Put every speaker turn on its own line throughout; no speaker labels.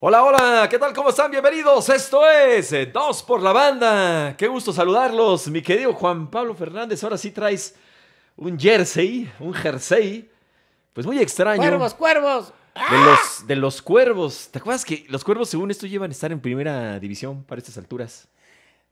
Hola, hola, ¿qué tal? ¿Cómo están? Bienvenidos. Esto es eh, Dos por la Banda. Qué gusto saludarlos. Mi querido Juan Pablo Fernández, ahora sí traes un jersey, un jersey, pues muy extraño.
Cuervos, cuervos.
De los, de los cuervos. ¿Te acuerdas que los cuervos, según esto, llevan a estar en primera división para estas alturas?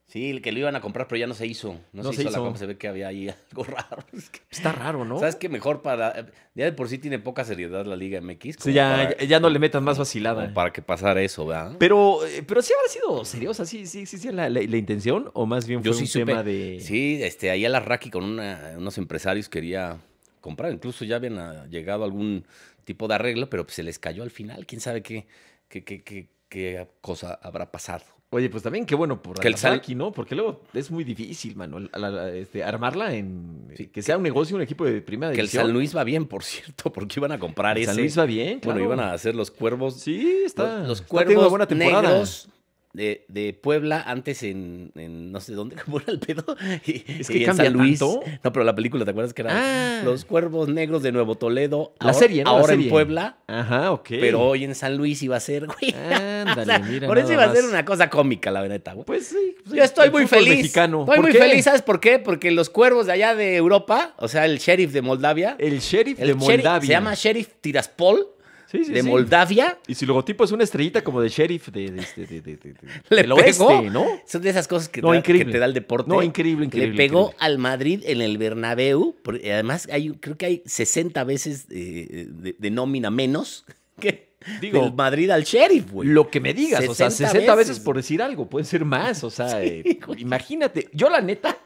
Sí, el que lo iban a comprar, pero ya no se hizo. No, se, hizo, la compra, se ve que había ahí algo raro. Es que-
Está raro, ¿no?
¿Sabes qué? Mejor para. Ya de por sí tiene poca seriedad la Liga MX. como
Sí, ya,
para-
ya- ya no le metan más
como
vacilada.
para que pasara eso, ¿verdad?
Pero, eh, pero sí habrá sido seriosa, sí, sí existía la, la- la intención, o más bien fue
Yo sí
un
supe.
tema de.
Sí, este, ahí a la Raki con una- unos empresarios quería comprar. Incluso ya habían ah, llegado a algún tipo de arreglo, pero pues se les cayó al final. ¿Quién sabe qué, qué, qué, qué, qué cosa habrá pasado?
Oye, pues también qué bueno por
Que el sal-
aquí, ¿no? Porque luego es muy difícil, mano, al- al- al- este, armarla en
Sí,
que sea un negocio, un equipo de primera
Que el
división.
San Luis va bien, por cierto, porque iban a comprar
El
ese.
San Luis va bien, claro.
Bueno, iban a hacer los cuervos.
Sí, está.
los, los
está teniendo
cuervos
una buena temporada.
negros de, de Puebla, antes en, en no sé dónde, como era el pedo, y,
Es
y
que
en
cambia
San Luis.
tanto.
No, pero la película, ¿te acuerdas que era
Ah.
Los Cuervos Negros de Nuevo Toledo?
La
ahora-
serie, ¿no? La
Ahora en
serie.
Puebla,
Ajá, ok.
pero hoy en San Luis iba a ser, güey.
Ándale,
O sea,
mira
por eso
nada
iba a ser
más.
una cosa cómica, la neta, güey.
Pues sí. pues,
Yo estoy
el
muy
fútbol
feliz.
Mexicano.
Estoy
¿Por
muy
qué?
feliz, ¿sabes por qué? Porque los cuervos de allá de Europa, o sea, el sheriff de Moldavia,
El sheriff
el
de
sheriff-
Moldavia.
se llama sheriff Tiraspol
Sí, sí,
de
sí.
Moldavia.
Y su logotipo es una estrellita como de sheriff de, de, este- de- de- de- de-
Le
del
pegó.
oeste, ¿no?
Son de esas cosas que,
No,
te, da,
increíble.
que te da el deporte.
No, increíble, increíble,
Le pegó
increíble.
al Madrid en el Bernabéu. por- y además, hay, creo que hay 60 veces eh, de, de nómina menos que
Digo,
del Madrid al Sheriff, güey.
Lo que me digas, o sea,
60
60 veces.
veces.
por decir algo, pueden ser más, o sea, eh,
güey.
imagínate, yo la neta,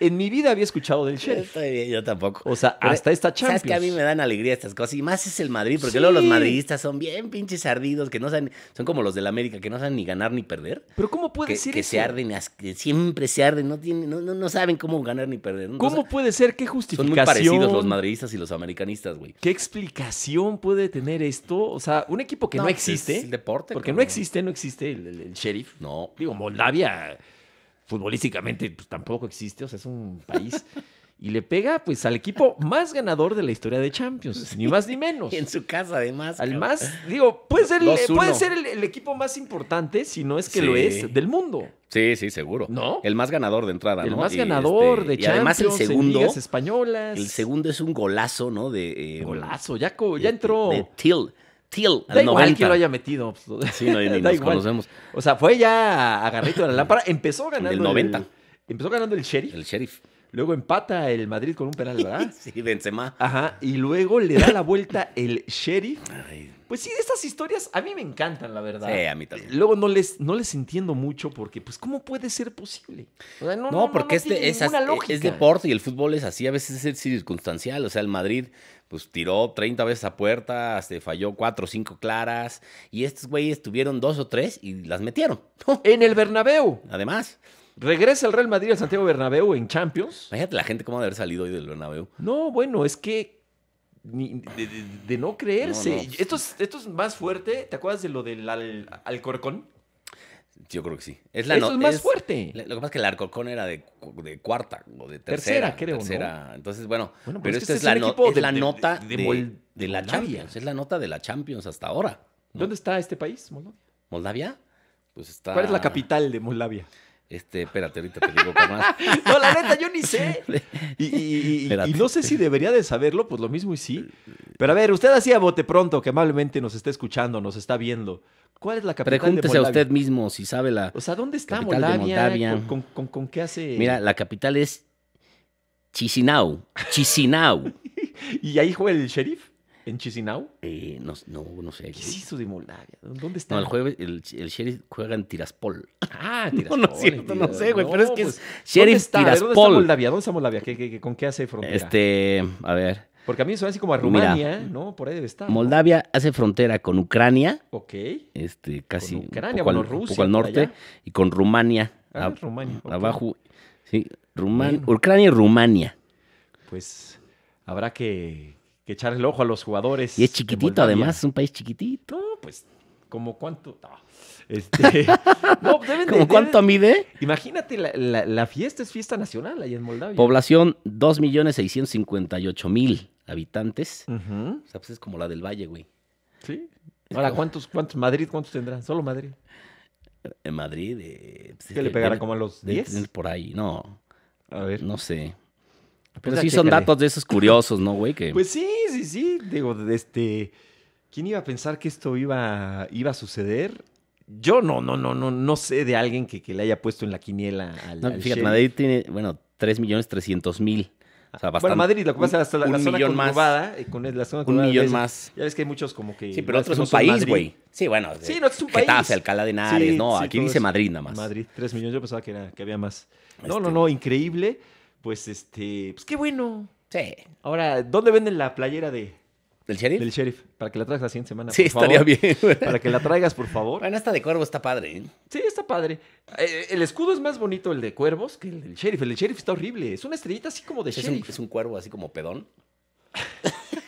en mi vida había escuchado del
Yo,
sheriff,
estoy bien, yo tampoco.
o sea,
Pero,
hasta esta Champions.
¿Sabes que a mí me dan alegría estas cosas? Y más es el Madrid, porque
Sí.
luego los madridistas son bien pinches ardidos, que no saben, son como los del América, que no saben ni ganar ni perder.
Pero ¿cómo puede
Que,
ser
que
eso?
se arden, as- que siempre se arden, no, tienen, no, no, no saben cómo ganar ni perder. Entonces,
¿Cómo puede ser? ¿Qué
Son
justificación?
muy parecidos los madridistas y los americanistas, güey.
¿Qué explicación puede tener esto? O sea, un equipo que no,
pues,
existe,
es el deporte.
porque no
cabrón.
existe, no existe el, el- el sheriff.
No.
Digo, Moldavia futbolísticamente pues, tampoco existe, o sea, es un país. Y le pega pues al equipo más ganador de la historia de Champions, ni más ni menos.
Y en su casa, además.
Al
cabrón.
más, digo, puede ser, el,
2-1.
puede ser el, el equipo más importante, si no es que lo
Sí.
es, del mundo.
Sí, sí, seguro.
¿No?
El más ganador de entrada,
El
¿no?
más
Y,
ganador
este,
de
Y además el
Champions, en
segundo.
ligas españolas.
El segundo es un golazo, ¿no? De. eh,
Golazo, ya, co-
de-
ya entró.
De Till. Till.
da
al
igual
90.
que lo haya metido. pues,
Sí, no, y ni
da
nos
igual.
conocemos.
O sea, fue ya agarrito de la lámpara. Empezó ganando.
Del 90.
el- empezó ganando el Sheriff.
El sheriff. Ah,
Luego empata el Madrid con un penal, ¿verdad?
Sí, Benzema.
Ajá. Y luego le da la vuelta el Sheriff.
Ay,
Pues sí, estas historias a mí me encantan, la verdad.
sí, a mí también.
Luego no les, no les entiendo mucho porque, pues, ¿cómo puede ser posible? O sea,
No, porque es, de-
tiene
es,
ninguna
as-
lógica.
es deporte y el fútbol es así, a veces es circunstancial. O sea, el Madrid pues tiró 30 veces a puerta, se falló 4 o 5 claras y estos güeyes tuvieron dos o tres y las metieron.
En el Bernabéu.
Además,
Regresa el Real Madrid al Santiago Bernabéu en Champions.
imagínate la gente cómo debe haber salido hoy del Bernabéu.
No, bueno, es que ni- de, de- de no creerse.
No, no.
Esto, es, esto es más fuerte. ¿Te acuerdas de lo del al- Alcorcón?
Yo creo que sí. Es la
Eso
no-
es más
es-
fuerte.
la- Lo que pasa es que el Arcocón era de, cu- de cuarta o de
Tercera,
tercera.
creo, ¿no?
tercera. Entonces, bueno,
Bueno, pero
pero
es
esta
que
es,
este
la,
es un
no-
equipo
es
de-
la
de-
nota
de-
de,
de Mol-
de la
Moldavia.
Champions. Es la nota de la Champions hasta ahora. ¿no?
¿Dónde está este país, Moldavia?
¿Moldavia? Pues está.
¿Cuál es la capital de Moldavia?
Este, espérate, ahorita te digo, carnal.
No, la neta, yo ni sé. Y, y- y- y-
Espérate. Eh,
y no sé si debería de saberlo, pues lo mismo y sí. Pero a ver, usted así a bote pronto, que amablemente nos está escuchando, nos está viendo. ¿Cuál es la capital
Pregúntese
de
a
Moldavia?
usted mismo si sabe la.
O sea, ¿dónde está
Capital de
Moldavia?
Moldavia.
¿Con, con- con- con qué hace?
Mira, la capital es Chisinau. Chisinau.
¿Y ahí juega el sheriff? ¿En Chisinau?
Eh, no, no, no sé.
¿Qué es eso de Moldavia? ¿Dónde está?
No, el jueves, el, el sheriff juega en Tiraspol.
Ah,
No,
Tiraspol,
no es cierto, no
Tiraspol.
sé, güey, pero es que es
pues, ¿Dónde
Sheriff
está? A ver, ¿Dónde está
Tiraspol.
Moldavia? ¿Dónde está Moldavia? ¿Qué, qué- qué- con qué hace frontera?
Este, a ver.
Porque a mí me suena así como a
Mira,
Rumania, ¿no? Por ahí debe estar. ¿no?
Moldavia hace frontera con Ucrania,
Ok.
este, casi un
Ucrania,
poco al-
bueno,
un
Rusia,
poco al
por
norte,
allá.
y con Rumania.
Ah,
ab-
Rumania. ok.
Abajo, sí, Ruman-
Bueno.
Ucrania y Rumania.
Pues habrá que, que echar el ojo a los jugadores.
Y es
de
chiquitito,
Moldavia.
además, es un país chiquitito.
No, pues, ¿como cuánto? No, este, no deben de-
¿Cómo cuánto
deben-
mide?
Imagínate, la, la- la fiesta es fiesta nacional ahí en Moldavia.
Población 2.658.000 habitantes.
Ujú,
O sea, pues es como la del Valle, güey.
Sí. Ahora, ¿cuántos, cuántos Madrid cuántos tendrá? Solo Madrid.
En Madrid. eh, pues,
¿Qué le
eh,
pegará
debe-
como a los
debe tener
10?
Por ahí, no.
A ver.
No sé. Pero
Pues
sí son
chécale.
datos de esos curiosos, ¿no, güey? Que
Pues sí, sí, sí. Digo, de este. ¿Quién iba a pensar que esto iba, iba a suceder? Yo no, no, no, no, no sé de alguien que, que le haya puesto en la quiniela al.
No,
al
fíjate,
Sheriff.
Madrid tiene, bueno, 3 millones 300 mil. O sea, bastante.
Bueno, Madrid, lo que pasa es la, la
un
zona
millón más.
conurbada, eh, con la zona
un
conurbada,
millón
ya ves-
más.
Ya ves que hay muchos como que.
Sí, pero
lugares que
otro es
no
un
son
país,
Madrid.
güey. Sí, bueno.
Sí,
eh,
no, es un país.
Getafe, Alcalá de Henares,
Sí,
no,
sí,
aquí
todo
dice
eso.
Madrid nada más.
Madrid, 3 millones. Yo pensaba que, era, que había más. No,
Este-
no, no, increíble. Pues este. Pues qué bueno.
Sí.
Ahora, ¿dónde venden la playera de,
¿Del sheriff?
del sheriff? Para que la traigas la siguiente semana.
sí,
por favor.
estaría bien.
Para que la traigas, por favor.
bueno, esta de cuervo está padre. ¿eh?
Sí, está padre. Eh, el escudo es más bonito el de cuervos que el del sheriff. El del sheriff está horrible. Es una estrellita así como de
Es un,
sheriff.
es un cuervo así como pedón.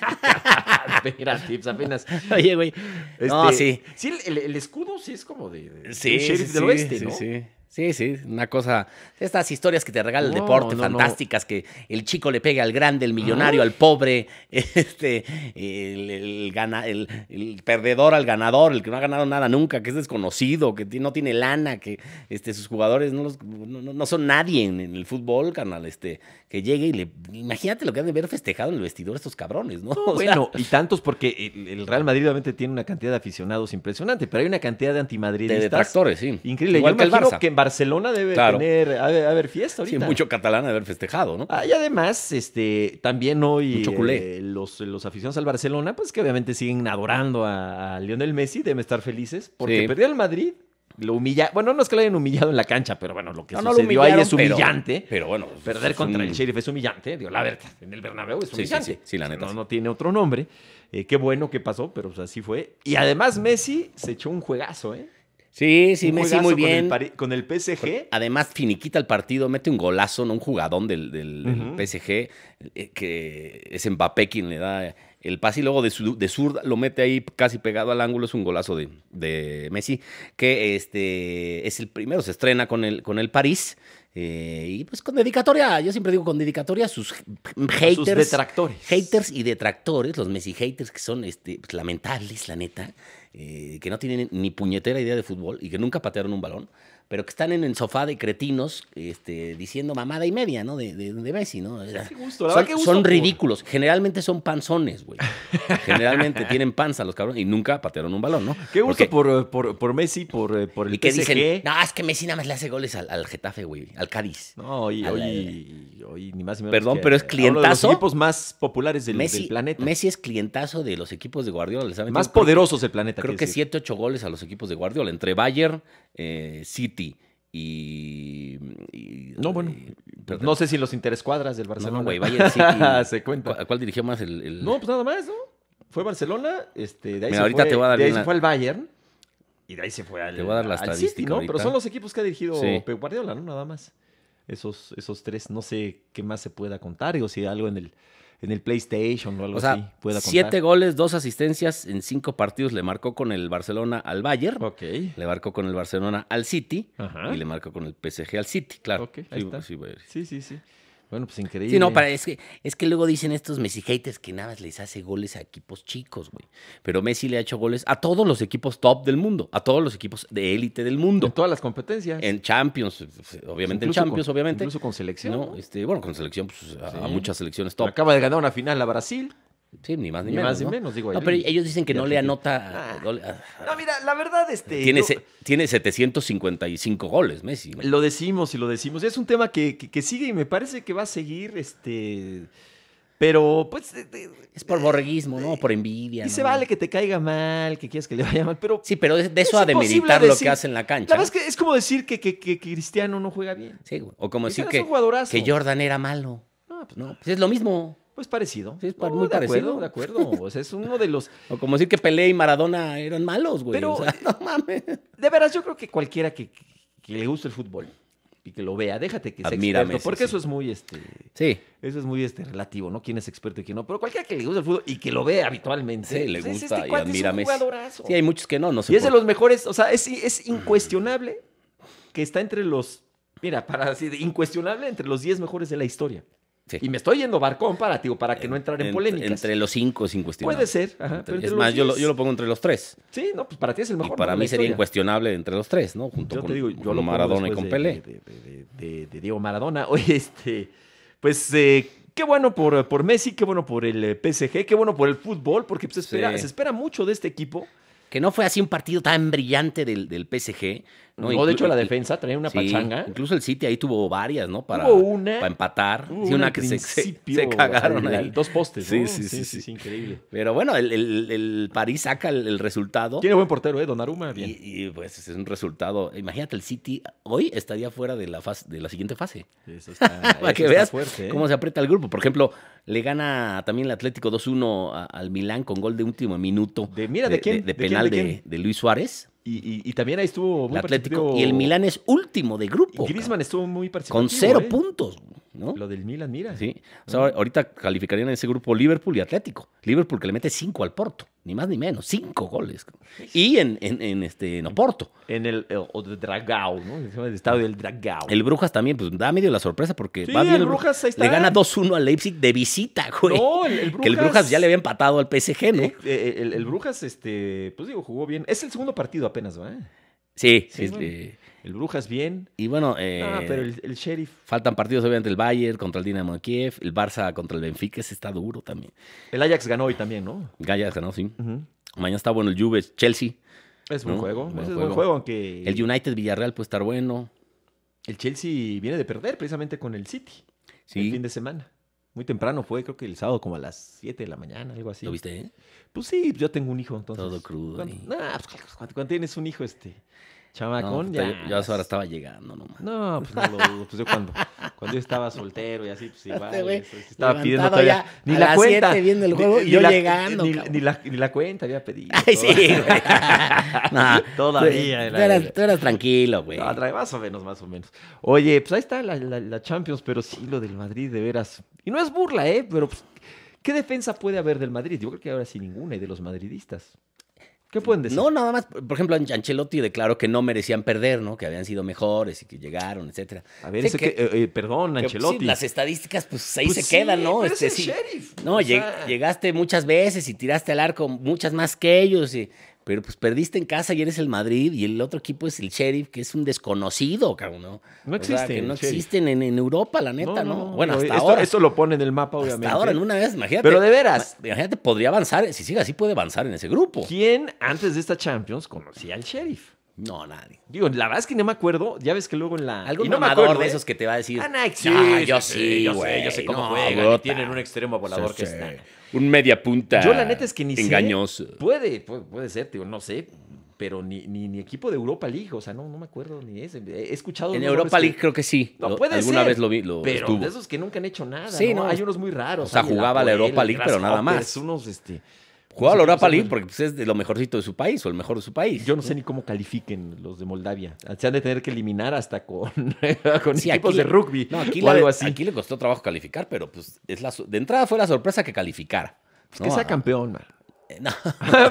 Ah,
Mira, tips, apenas.
Oye, güey. No,
Este,
sí.
Sí, el, el- el escudo sí es como de, de- de
Sí,
un
sí,
sheriff
sí,
del oeste,
sí,
¿no?
sí. Sí, sí, una cosa. Estas historias que te regala el
No,
deporte,
no, no.
fantásticas, que el chico le pega al grande, el millonario al pobre, este, el, el gana- el- el perdedor al ganador, el que no ha ganado nada nunca, que es desconocido, que ti- no tiene lana, que este, sus jugadores no, los- no- no- no son nadie en, en el fútbol, carnal, este, que llegue y le. Imagínate lo que han de ver festejado en el vestidor estos cabrones, ¿no?
No,
O sea,
bueno, y tantos porque el, el Real Madrid obviamente tiene una cantidad de aficionados impresionante, pero hay una cantidad de
de
antimadridistas.
detractores, sí.
increíble.
Igual
Yo
que el
imagino
Barça.
que en Barcelona debe
Claro.
tener, ha de- ha de haber fiesta
Sí,
ahorita.
mucho catalán de haber festejado, ¿no?
Ah, y además, este, también hoy
Mucho culé.
eh, los, los aficionados al Barcelona, pues que obviamente siguen adorando a, a Lionel Messi, deben estar felices, porque
Sí.
perdió al Madrid, lo humilla, bueno, no es que lo hayan humillado en la cancha, pero bueno, lo que
No, no lo
sucedió ahí es
humillaron, pero-
humillante.
Pero bueno,
Perder
es
contra
un-
el Sheriff es humillante, digo, la verdad, en el Bernabéu es
Sí, sí,
humillante.
sí, sí, la neta,
No,
sí.
no tiene otro nombre. Eh, qué bueno que pasó, pero pues, así fue. Y además Messi se echó un juegazo, ¿eh?
Sí, sí,
Un
Messi
juegazo
muy
con el
bien.
Pari- Con el, PSG.
Además, finiquita el partido, mete un golazo, ¿no? un jugadón del, del- del
Ujú.
PSG, eh, que es Mbappé quien le da el pase y luego de, su- de zurda lo mete ahí casi pegado al ángulo, es un golazo de, de Messi, que este, es el primero, se estrena con el, con el París. eh, y pues con dedicatoria, yo siempre digo con dedicatoria a sus haters.
Sus detractores.
Haters y detractores, los Messi haters que son este, pues, lamentables, la neta, eh, que no tienen ni puñetera idea de fútbol y que nunca patearon un balón, pero que están en el sofá de cretinos este, diciendo mamada y media, ¿no? De, de- de Messi, ¿no?
Qué
Son,
gusto, la verdad, qué gusto
son
por-
ridículos. Generalmente son panzones, güey. Generalmente tienen panza los cabrones y nunca patearon un balón, ¿no?
Qué gusto por,
Porque-
eh, por, por Messi, por, eh, por el
Y que
PSG.
dicen, no, es que Messi nada más le hace goles al, al Getafe, güey, al Cádiz.
No, hoy,
Al-
hoy, hoy ni más ni menos.
Perdón,
que
pero es
a Uno de los
clientazo.
equipos más populares del,
Messi,
del planeta.
Messi es clientazo de los equipos de Guardiola. Les ha metido
más
creo-
poderosos del planeta.
Creo
quiero
que
decir.
7, 8 goles a los equipos de Guardiola, entre Bayern, eh, City y, y-
No, bueno.
y- perdón.
No sé si los interescuadras del Barcelona.
güey, Bayern City.
Se cuenta.
¿A cuál dirigió más el...? el-
No, pues nada más, ¿no? Fue Barcelona, este, de ahí,
Mira,
se,
ahorita
fue,
te voy a dar
de ahí
bien
se
la-
fue al Bayern y de ahí se fue al,
Te voy a dar la
al
estadística
City, ¿no? Pero
ahorita.
son los equipos que ha dirigido
Sí.
Pep Guardiola, ¿no? Nada más. Esos, esos tres, no sé qué más se pueda contar, o si algo en el, en el PlayStation o algo
o
así
sea,
pueda contar.
7 goles, 2 asistencias en 5 partidos. Le marcó con el Barcelona al Bayern,
Ok.
le marcó con el Barcelona al City
Ajá.
y le marcó con el PSG al City, claro.
Ok, ahí
Sí,
está.
sí, güey.
Sí, sí, sí. Bueno, pues increíble.
Sí, no, para- es, que, es que luego dicen estos Messi haters que nada más les hace goles a equipos chicos, güey. Pero Messi le ha hecho goles a todos los equipos top del mundo, a todos los equipos de élite del
En
mundo.
todas las competencias.
En Champions, pues, obviamente en
Incluso
Champions,
con-
obviamente.
Incluso con selección.
No,
¿no?
este, bueno, con selección, pues, a, a
Sí.
muchas selecciones top.
Acaba de ganar una final a Brasil.
Sí, ni más ni,
Ni
menos.
más ni
¿no?
menos, digo.
No,
ahí.
pero ellos dicen que
Y
no le
Argentina.
anota.
Ah.
gol- ah,
No, mira, la verdad, este.
tiene,
yo-
se- tiene 755 goles, Messi. ¿no?
Lo decimos y lo decimos. Es un tema que, que- que sigue y me parece que va a seguir, este. Pero, pues, eh, eh,
Es por borreguismo, ¿no? Por envidia.
y se
¿no?
vale que te caiga mal, que quieras que le vaya mal, pero
Sí, pero de de
Es
eso a
imposible
demeritar lo
decir-
que hace en la
la
cancha.
verdad es que es como decir que, que- que Cristiano no juega bien.
Sí, güey. O como decir
Cristiano es
que,
un jugadorazo.
que Jordan era malo.
No, pues,
No, pues es lo mismo.
pues parecido.
Sí, es pa-
No,
muy
de acuerdo,
parecido.
de acuerdo. O sea, es uno de los.
O como decir que Pelé y Maradona eran malos, güey.
Pero-
O sea, no mames.
De veras, yo creo que cualquiera que, que le guste el fútbol y que lo vea, déjate que sea
Admira a
experto,
Messi,
porque
sí.
eso es muy este.
Sí,
Eso es muy este, relativo, ¿no? Quién es experto y quién no. Pero cualquiera que le gusta el fútbol y que lo ve habitualmente.
Sí, le
pues, es
gusta y
cuate
admira a
es un
Messi.
jugadorazo.
sí, hay muchos que no, no sé.
y es de
por-
los mejores, o sea, es, es incuestionable que está entre los, mira, para así, de- incuestionable entre los 10 mejores de la historia.
Sí.
Y me estoy yendo barcón para, digo, para que no entrar en,
Ent-
polémicas.
Entre los cinco es incuestionable.
Puede ser. ajá,
Entre-
pero entre
es
los
más, yo lo,
diez.
yo lo pongo entre los tres.
Sí, no, pues para ti es el
y
mejor.
para
¿no?
mí
La
sería
historia.
incuestionable entre los tres, ¿no? Junto
Yo
con,
te digo, yo
con
lo pongo
Maradona y
después
con
de- De,
Pelé.
de- de- de- de Diego Maradona. Oye, este, pues eh, qué bueno por, por Messi, qué bueno por el eh, PSG, qué bueno por el fútbol, porque pues, se espera-
Sí.
se espera mucho de este equipo.
Que no fue así un partido tan brillante del, del PSG.
No,
¿no?
de
Inclu-
hecho la
inclu-
defensa traía una
sí,
pachanga.
Incluso el City ahí tuvo varias, ¿no? Para,
Hubo una-
para empatar.
Hubo
Sí, una
al
que se, se- se
Uh, principio,
cagaron
al-
ahí.
al- Dos postes,
Sí,
¿no?
sí, sí, sí.
increíble.
Pero bueno, el, el- el París saca el, el resultado.
Tiene buen portero, ¿eh? Donnarumma, bien.
Y, y, pues es un resultado. Imagínate, el City hoy estaría fuera de la, fase, de la siguiente fase.
Eso está,
Para que
eso está
veas
fuerte, ¿eh?
cómo se aprieta el grupo. Por ejemplo, le gana también el Atlético 2-1 a- al Milán con gol de último minuto.
De- mira, ¿de quién? ¿De quién?
penal
¿De
de,
quién?
de Luis Suárez.
Y, y- y también ahí estuvo muy
el Atlético.
participativo-
Y el Milán es último de grupo.
Griezmann estuvo muy
cabrón,
participativo.
con cero
¿eh?
puntos. ¿no?
Lo del Milan, mira.
Sí. O sea, ahorita calificarían en ese grupo Liverpool y Atlético. Liverpool que le mete cinco al Porto. Ni más ni menos. Cinco goles. Y en, en, en, este, en Oporto.
En el, el- o de Dragao, ¿no? Se llama El estado del Dragao.
El Brujas también, pues da medio la sorpresa porque
Sí,
va bien
el Brujas, ahí está.
Le gana 2-1 al Leipzig de visita, güey.
No, el- el
Que el Brujas ya le había empatado al PSG, ¿no?
Eh, eh, el, el Brujas, este, pues digo, jugó bien. Es el segundo partido apenas, ¿va?
Sí,
Sí,
sí,
bueno.
eh,
El Brujas bien.
y bueno, eh,
ah, pero el, el Sheriff.
faltan partidos obviamente el Bayern contra el Dinamo de Kiev, el Barça contra el Benfica, ese está duro también.
El Ajax ganó hoy también, ¿no?
Gaya ganó, sí.
Ujú.
Mañana está bueno el Juve, Chelsea,
Es buen
No,
juego.
buen
ese es
juego.
buen juego, aunque
el
el,
United Villarreal puede estar bueno.
Chelsea viene de perder precisamente con el City el
Sí,
fin de semana. Muy temprano fue, creo que el sábado como a las 7 de la mañana, algo así.
¿lo viste? eh?
Pues sí, yo tengo un hijo, entonces.
Todo crudo
Cuando,
ahí.
nah, pues, cu- cu- cuando, tienes un hijo, este,
No,
chamacón,
pues,
ya.
yo, yo a esa hora estaba llegando nomás.
No, pues no lo dudo. Pues yo cuando, cuando yo estaba soltero y así, pues igual.
Este güey
eso, sí estaba pidiendo
levantado
todavía.
ya a las siete viendo el juego y yo llegando,
Ni,
cabrón.
ni la, ni la cuenta había pedido.
Ay, sí, güey. No,
Todavía,
Tú,
la
tú eras,
verdad.
tú eras tranquilo, güey.
No, trae más o menos, más o menos. Oye, pues ahí está la, la- la Champions, pero sí lo del Madrid, de veras. Y no es burla, ¿eh? Pero, pues, ¿qué defensa puede haber del Madrid? Yo creo que ahora sí ninguna, y de los madridistas. ¿Qué pueden decir?
No, nada más. Por ejemplo, An- Ancelotti declaró que no merecían perder, ¿no? Que habían sido mejores y que llegaron, etcétera.
A ver,
Sí,
eso
que-
que, eh, eh, perdón,
que, pues,
Ancelotti.
sí, las estadísticas, pues ahí
Pues
se
sí,
quedan, ¿no?
pero
Este,
es el
sí.
sheriff,
No,
o
lleg-
sea.
llegaste muchas veces y tiraste al arco muchas más que ellos, y- pero pues perdiste en casa y eres el Madrid y el otro equipo es el Sheriff, que es un desconocido, cabrón, ¿no?
No
O sea,
existe
que no
el Sheriff.
existen en, en Europa, la neta, ¿no? Bueno,
digo,
hasta
esto,
ahora.
Esto lo pone en el mapa, obviamente.
hasta ahora, en una vez, imagínate.
Pero de veras.
ma- Imagínate, podría avanzar, si sigue así, puede avanzar en ese grupo.
¿Quién antes de esta Champions conocía al sheriff?
No, nadie.
Digo, la verdad es que no me acuerdo. Ya ves que luego en la.
Algún
y no me
mamador
acuerdo,
de
¿eh?
esos que te va a decir.
Ah, no, sí,
"Nah,
sí,
yo
sí,
sí,
yo sé,
güey,
yo sé cómo
no,
juegan, y
bota".
tienen un extremo volador
Sí,
que
sí.
está-
Un media punta.
Yo la neta es que ni sé.
Engañoso.
Puede, puede, puede ser, digo, no sé. Pero ni, ni, ni equipo de Europa League. O sea, no, no me acuerdo ni ese. He escuchado.
En
unos
Europa
nombres
League
que-
creo que sí.
No,
Lo-
puede
Alguna
ser,
vez lo vi, lo
pero
estuvo.
de esos que nunca han hecho nada.
Sí,
¿no?
no.
Hay unos muy raros.
O sea,
hay el
jugaba la
Apoel,
Europa
el
League, pero nada más.
Grasshoppers, Unos, este,
Jugaba
no
la
sé
Europa
cómo se
League
llaman.
porque pues, es de lo mejorcito de su país o el mejor de su país.
Yo no sé ni cómo califiquen los de Moldavia. Se han de tener que eliminar hasta con, con
Sí,
equipos
aquí-
de rugby
No, aquí,
o
la-
algo así.
aquí le costó trabajo calificar, pero pues es la, so- de entrada fue la sorpresa que calificara.
Pues que sea campeón, man.
Eh, No,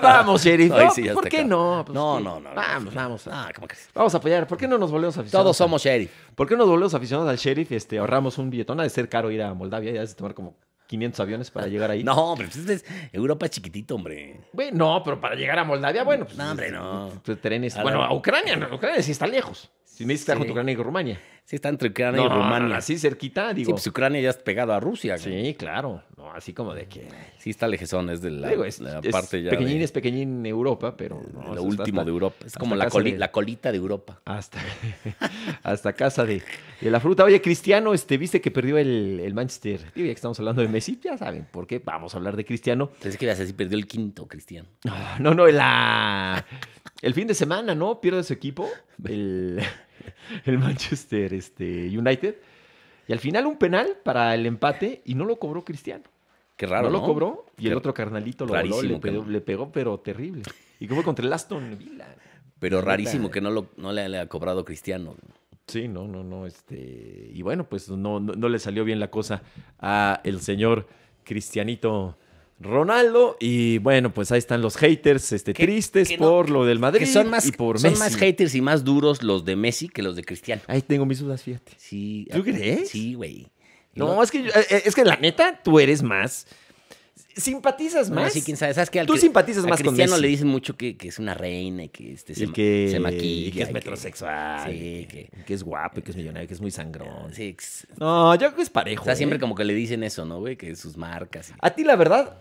vamos, sheriff.
Ay,
No,
sí, ya
¿Por
está
qué
acá.
no? Pues,
no,
¿qué?
no, no.
Vamos, vamos.
Ah, ¿cómo crees?
Vamos a apoyar. ¿Por qué no nos volvemos aficionados?
Todos
a-
somos sheriff.
¿Por qué no nos volvemos aficionados al sheriff? Este, ahorramos un billetón. Ha de ser caro ir a Moldavia. Ya has de tomar como 500 aviones para llegar ahí.
No, hombre, pues, este es Europa es chiquitito, hombre.
Güey, no, pero para llegar a Moldavia, bueno. Pues,
No, hombre, no.
pues, trenes.
A
Bueno,
ver.
a Ucrania. no, Ucrania sí está lejos. Si me dices que está
Sí.
junto a Ucrania y Rumania.
Sí, está entre Ucrania y Rumania.
Así cerquita,
Sí,
digo.
pues Ucrania ya está pegado a Rusia. güey.
Sí, claro. No, así como de que...
Sí, está lejezón, es de la,
Digo, es,
la
es
parte ya. de-
pequeñín es pequeñín Europa, pero no,
de
eso
lo
está
último
hasta-
de Europa. Es como
hasta
la,
casa
coli-
de-
la colita de Europa.
Hasta, hasta casa de, de la fruta. Oye, Cristiano, este, viste que perdió el, el Manchester. Digo, ya que estamos hablando de Messi, ya saben por qué. Vamos a hablar de Cristiano.
Pensé que ibas a decir, perdió el quinto, Cristiano.
Ah, No, no, la, el fin de semana, ¿no? Pierde su equipo, el, el Manchester este, United. Y al final un penal para el empate y no lo cobró Cristiano.
Qué raro.
no
No
lo cobró y el
Qué-
otro carnalito lo voló, le
rarísimo que
pegó,
no.
le pegó, pero terrible. Y que fue contra el Aston Villa.
Pero rarísimo
Neta.
que no, lo, no le, le ha cobrado Cristiano.
Sí, no, no, no, este, y bueno, pues no, no, no le salió bien la cosa a el señor Cristianito Ronaldo y bueno, pues ahí están los haters, este,
Que-
tristes
que no-
por lo del Madrid
Que son más,
y por
son
Messi.
más haters y más duros los de Messi que los de Cristiano.
Ahí tengo mis dudas, fíjate.
Sí.
¿Tú crees?
Sí, güey. Y
No, es que, yo- eh, eh, es que la neta, tú eres más. Simpatizas
Bueno,
más.
sí, quién sabe. ¿Sabes qué? Al
Tú
cri-
simpatizas
al
más con
Cristiano
Messi.
le dicen mucho que, que es una reina y que este, se,
y
ma-
que,
se maquilla.
y que es
y
metrosexual.
sí,
y
que- Ah,
que, que es guapo, y que es millonario, que es muy sangrón.
sí, ex-
No, yo creo que es parejo.
o sea, siempre
¿eh?
como que le dicen eso, ¿no, güey? Que sus marcas. y-
A ti, la verdad.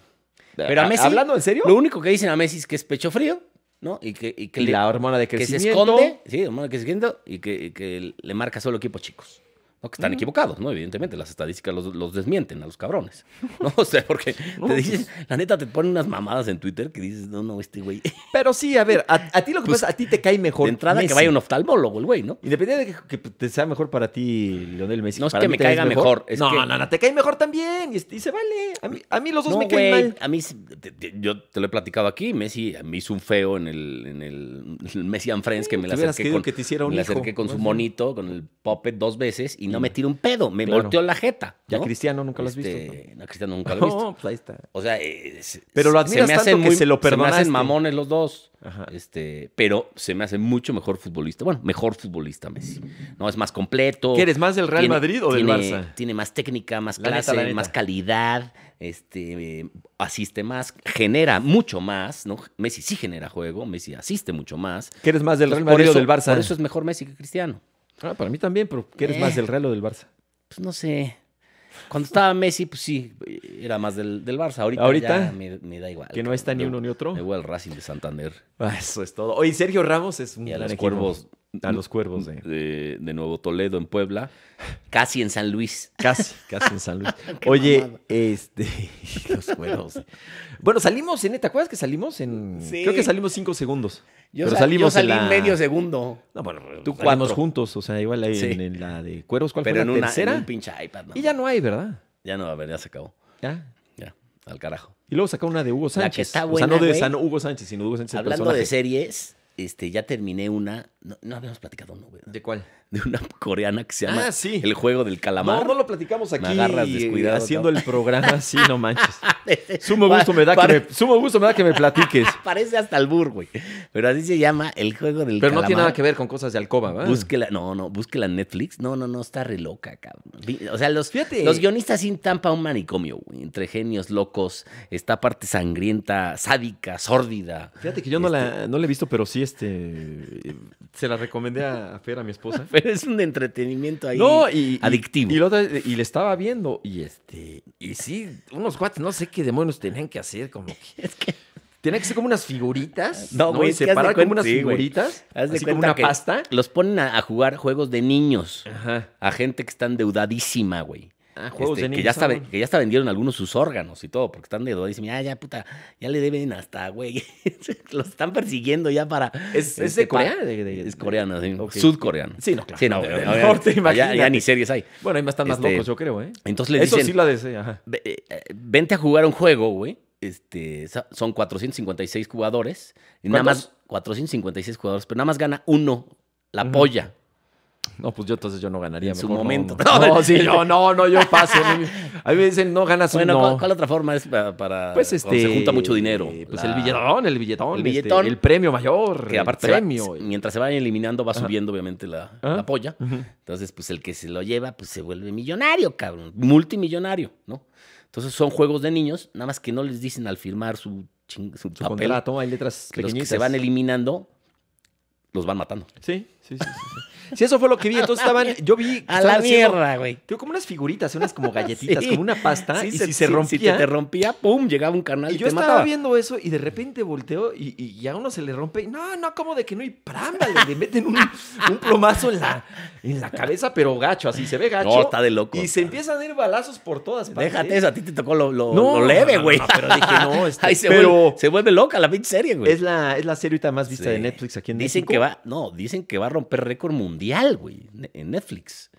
Pero a Messi-
Hablando en serio.
Lo único que dicen a Messi es que es pecho frío, ¿no? Y que, y que,
y
le-
la hormona de
que se
crecimiento.
esconde. Sí, hermano, que se esconde y que, y que le marca solo equipos chicos. No, que están equivocados, ¿no? Evidentemente, las estadísticas los, los desmienten a los cabrones. No, o sea, porque
No, pues.
te dicen, la neta te ponen unas mamadas en Twitter que dices, no, no, este güey.
Pero sí, a ver, a, a ti lo que
Pues,
pasa, a ti te cae mejor.
De entrada que
Messi.
vaya un oftalmólogo, el güey, ¿no?
Independiente de que, que te sea mejor para ti, Lionel Messi.
No es
para
que
mí
me
te caes
caiga mejor, es
no,
que-
no, no, te cae mejor también. Y, es- y se vale. A mí, a mí los dos
No,
me caen
güey,
mal.
A mí, sí, te- te- yo te lo he platicado aquí, Messi me hizo un feo en el, en el, en el Messi and Friends que me
Te
la
hubieras
acerqué
querido
con,
que te hiciera un
me la
hijo, Pues,
acerqué con
¿no?
su
Sí.
monito, con el puppet dos veces y no me tiró un pedo, me
Claro.
volteó la jeta.
Ya
¿no?
Cristiano nunca lo has visto.
Este,
¿no?
no, Cristiano nunca lo he visto.
No, pues ahí está.
O sea, eh, se-
Pero lo
se me
admiras tanto
hacen
que se lo
Se me
perdonaste.
hacen mamones los dos.
Ajá.
Este, pero se me hace mucho mejor futbolista. Bueno, mejor futbolista Messi. No, es más completo.
¿Qué eres, más del Real
Tiene-
Madrid o del
tiene-
Barça?
Tiene más técnica, más
La neta,
clase,
la neta.
más calidad, este, eh, asiste más, genera mucho más, ¿no? Messi sí genera juego, Messi asiste mucho más.
¿Qué eres más del Real
Entonces, por
Madrid o
eso-
del Barça?
Por eso es mejor Messi que Cristiano.
Ah, para mí también, pero ¿qué eres
Eh.
más del Real o del Barça?
Pues no sé. Cuando estaba Messi, pues sí, era más del, del Barça. Ahorita,
Ahorita,
ya me, me da igual.
que no está ni
cabrón.
uno ni otro.
Me voy al Racing de Santander
Ah, Eso es todo. Oye, Sergio Ramos es un
y a
gran
los
equipo.
Cuervos
A los cuervos, eh.
de, de Nuevo Toledo en Puebla. Casi en San Luis.
Casi, casi en San Luis.
Qué
Oye,
mamada.
este, los cuervos. Bueno, salimos en, ¿te acuerdas que salimos en?
Sí.
Creo que salimos cinco segundos. en la-
segundo.
No, bueno, tú
Tú
salimos
cuatro.
juntos, o sea, igual ahí
Sí.
en, en la de cuervos, ¿cuál
Pero
fue
en
la
una
tercera?
en un pinche iPad. no.
Y ya no hay, ¿verdad?
Ya no, a ver, ya se acabó.
Ya.
Ya, al carajo.
Y luego sacó una de Hugo
La
Sánchez.
que está
o sea, no
buena,
de
güey.
San Hugo Sánchez, sino de Hugo Sánchez. el
Hablando
personaje.
de series, este, ya terminé una. No, no habíamos platicado, ¿no, güey?
¿De cuál?
De una coreana que se llama
Ah, sí.
El Juego del Calamar.
No, no lo platicamos aquí.
agarras descuidado,
haciendo
cabrón.
el programa así, no manches. Sumo gusto me da que me, sumo gusto me da que me platiques.
Parece hasta albur, güey. Pero así se llama El Juego del
Pero
Calamar.
no tiene nada que ver con cosas de alcoba, ¿verdad?
Búsquela, no, no, búsquela en Netflix. No, no, no, está re loca, cabrón. Vi- O sea, los,
Fíjate.
los guionistas sin tampa un manicomio, güey. Entre genios locos, esta parte sangrienta, sádica, sórdida.
Fíjate que yo no, la, no la he visto, pero sí este se la recomendé a, a Fer, a mi esposa.
Pero es un entretenimiento ahí.
No, y, y-
adictivo.
Y, la otra- y le estaba viendo, y este, y sí, unos cuates, no sé qué demonios tenían que hacer, como que.
Es que-
Tenía que ser como unas figuritas.
No,
No,
güey,
güey.
es que haz de
separar
cuenta-
como unas
sí, güey.
figuritas.
Haz de
así como
cuenta
una
que-
pasta.
Los ponen a, a jugar juegos de niños.
Ajá.
A gente que está endeudadísima, güey.
Ah, juegos
Este,
de niños.
que ya, está,
ah,
ve- que ya hasta vendieron algunos sus órganos y todo, porque están endeudadísimos. "Ah, Ya, ya, puta, ya le deben hasta, güey. Los están persiguiendo ya para.
¿Es, es
este,
de Corea?
pa-
De- de-
Es coreano, sí.
Ok.
Sudcoreano.
Sí, no, claro.
Sí, no,
Del
güey,
norte,
obviamente, ya, ya
imagínate.
ni series hay.
Bueno, ahí están más
Este,
locos, yo creo, ¿eh?
Entonces le
Eso
dicen,
sí la desea. Ajá.
"Ve- eh, eh, vente a jugar un juego, güey. Este, sa- son 456 jugadores. Y nada más,
¿Cuántos?
456 jugadores, pero nada más gana uno, la
Ujú.
polla.
No, pues yo entonces yo no ganaría.
En su
mejor no,
momento.
No, no. No, sí, yo no, no, yo paso. A mí, a mí me dicen, no ganas
Bueno,
un Pues no.
¿cuál, cuál otra forma es para, para
Pues
cuando
este.
se junta mucho dinero?
Pues
La-
el billetón, el billetón.
el
El
billetón.
el premio mayor.
Que aparte,
el
se va-
premio.
mientras se vayan eliminando, va subiendo obviamente la,
Ajá.
la polla.
Ujú.
Entonces, pues el que se lo lleva, pues se vuelve millonario, cabrón. Multimillonario, ¿no? Entonces son juegos de niños, nada más que no les dicen al firmar su, ching- su
Su
papel.
contrato, hay letras
que los que
pequeñitas.
se van eliminando, los van matando.
Sí, sí, sí. Sí, sí. Sí, eso fue lo que vi. Entonces estaban. Yo vi. que estaban haciendo-
güey.
Creo como unas figuritas, unas como galletitas,
Sí.
como una pasta. y si se
Si
rompía.
te, te rompía, pum, llegaba un canal y,
Y yo
te
estaba
mataba.
viendo eso y de repente volteo y, y- y a uno se le rompe. y, No, no, como de que no? Y prámbale, le meten un, un plomazo en la, en la cabeza, pero gacho, así se ve gacho.
No, está de locos.
Y se empiezan a ir balazos por todas partes.
Déjate eso, a ti te tocó lo, lo- lo leve,
no,
güey.
no, pero dije, no, este,
Ahí se,
pero
vuelve, se vuelve loca la pinche serie, güey.
es la, es la serie ahorita más vista
Sí.
de Netflix aquí en
dicen
México.
que va, no, dicen que va a romper récord mundial, güey, ne- en Netflix.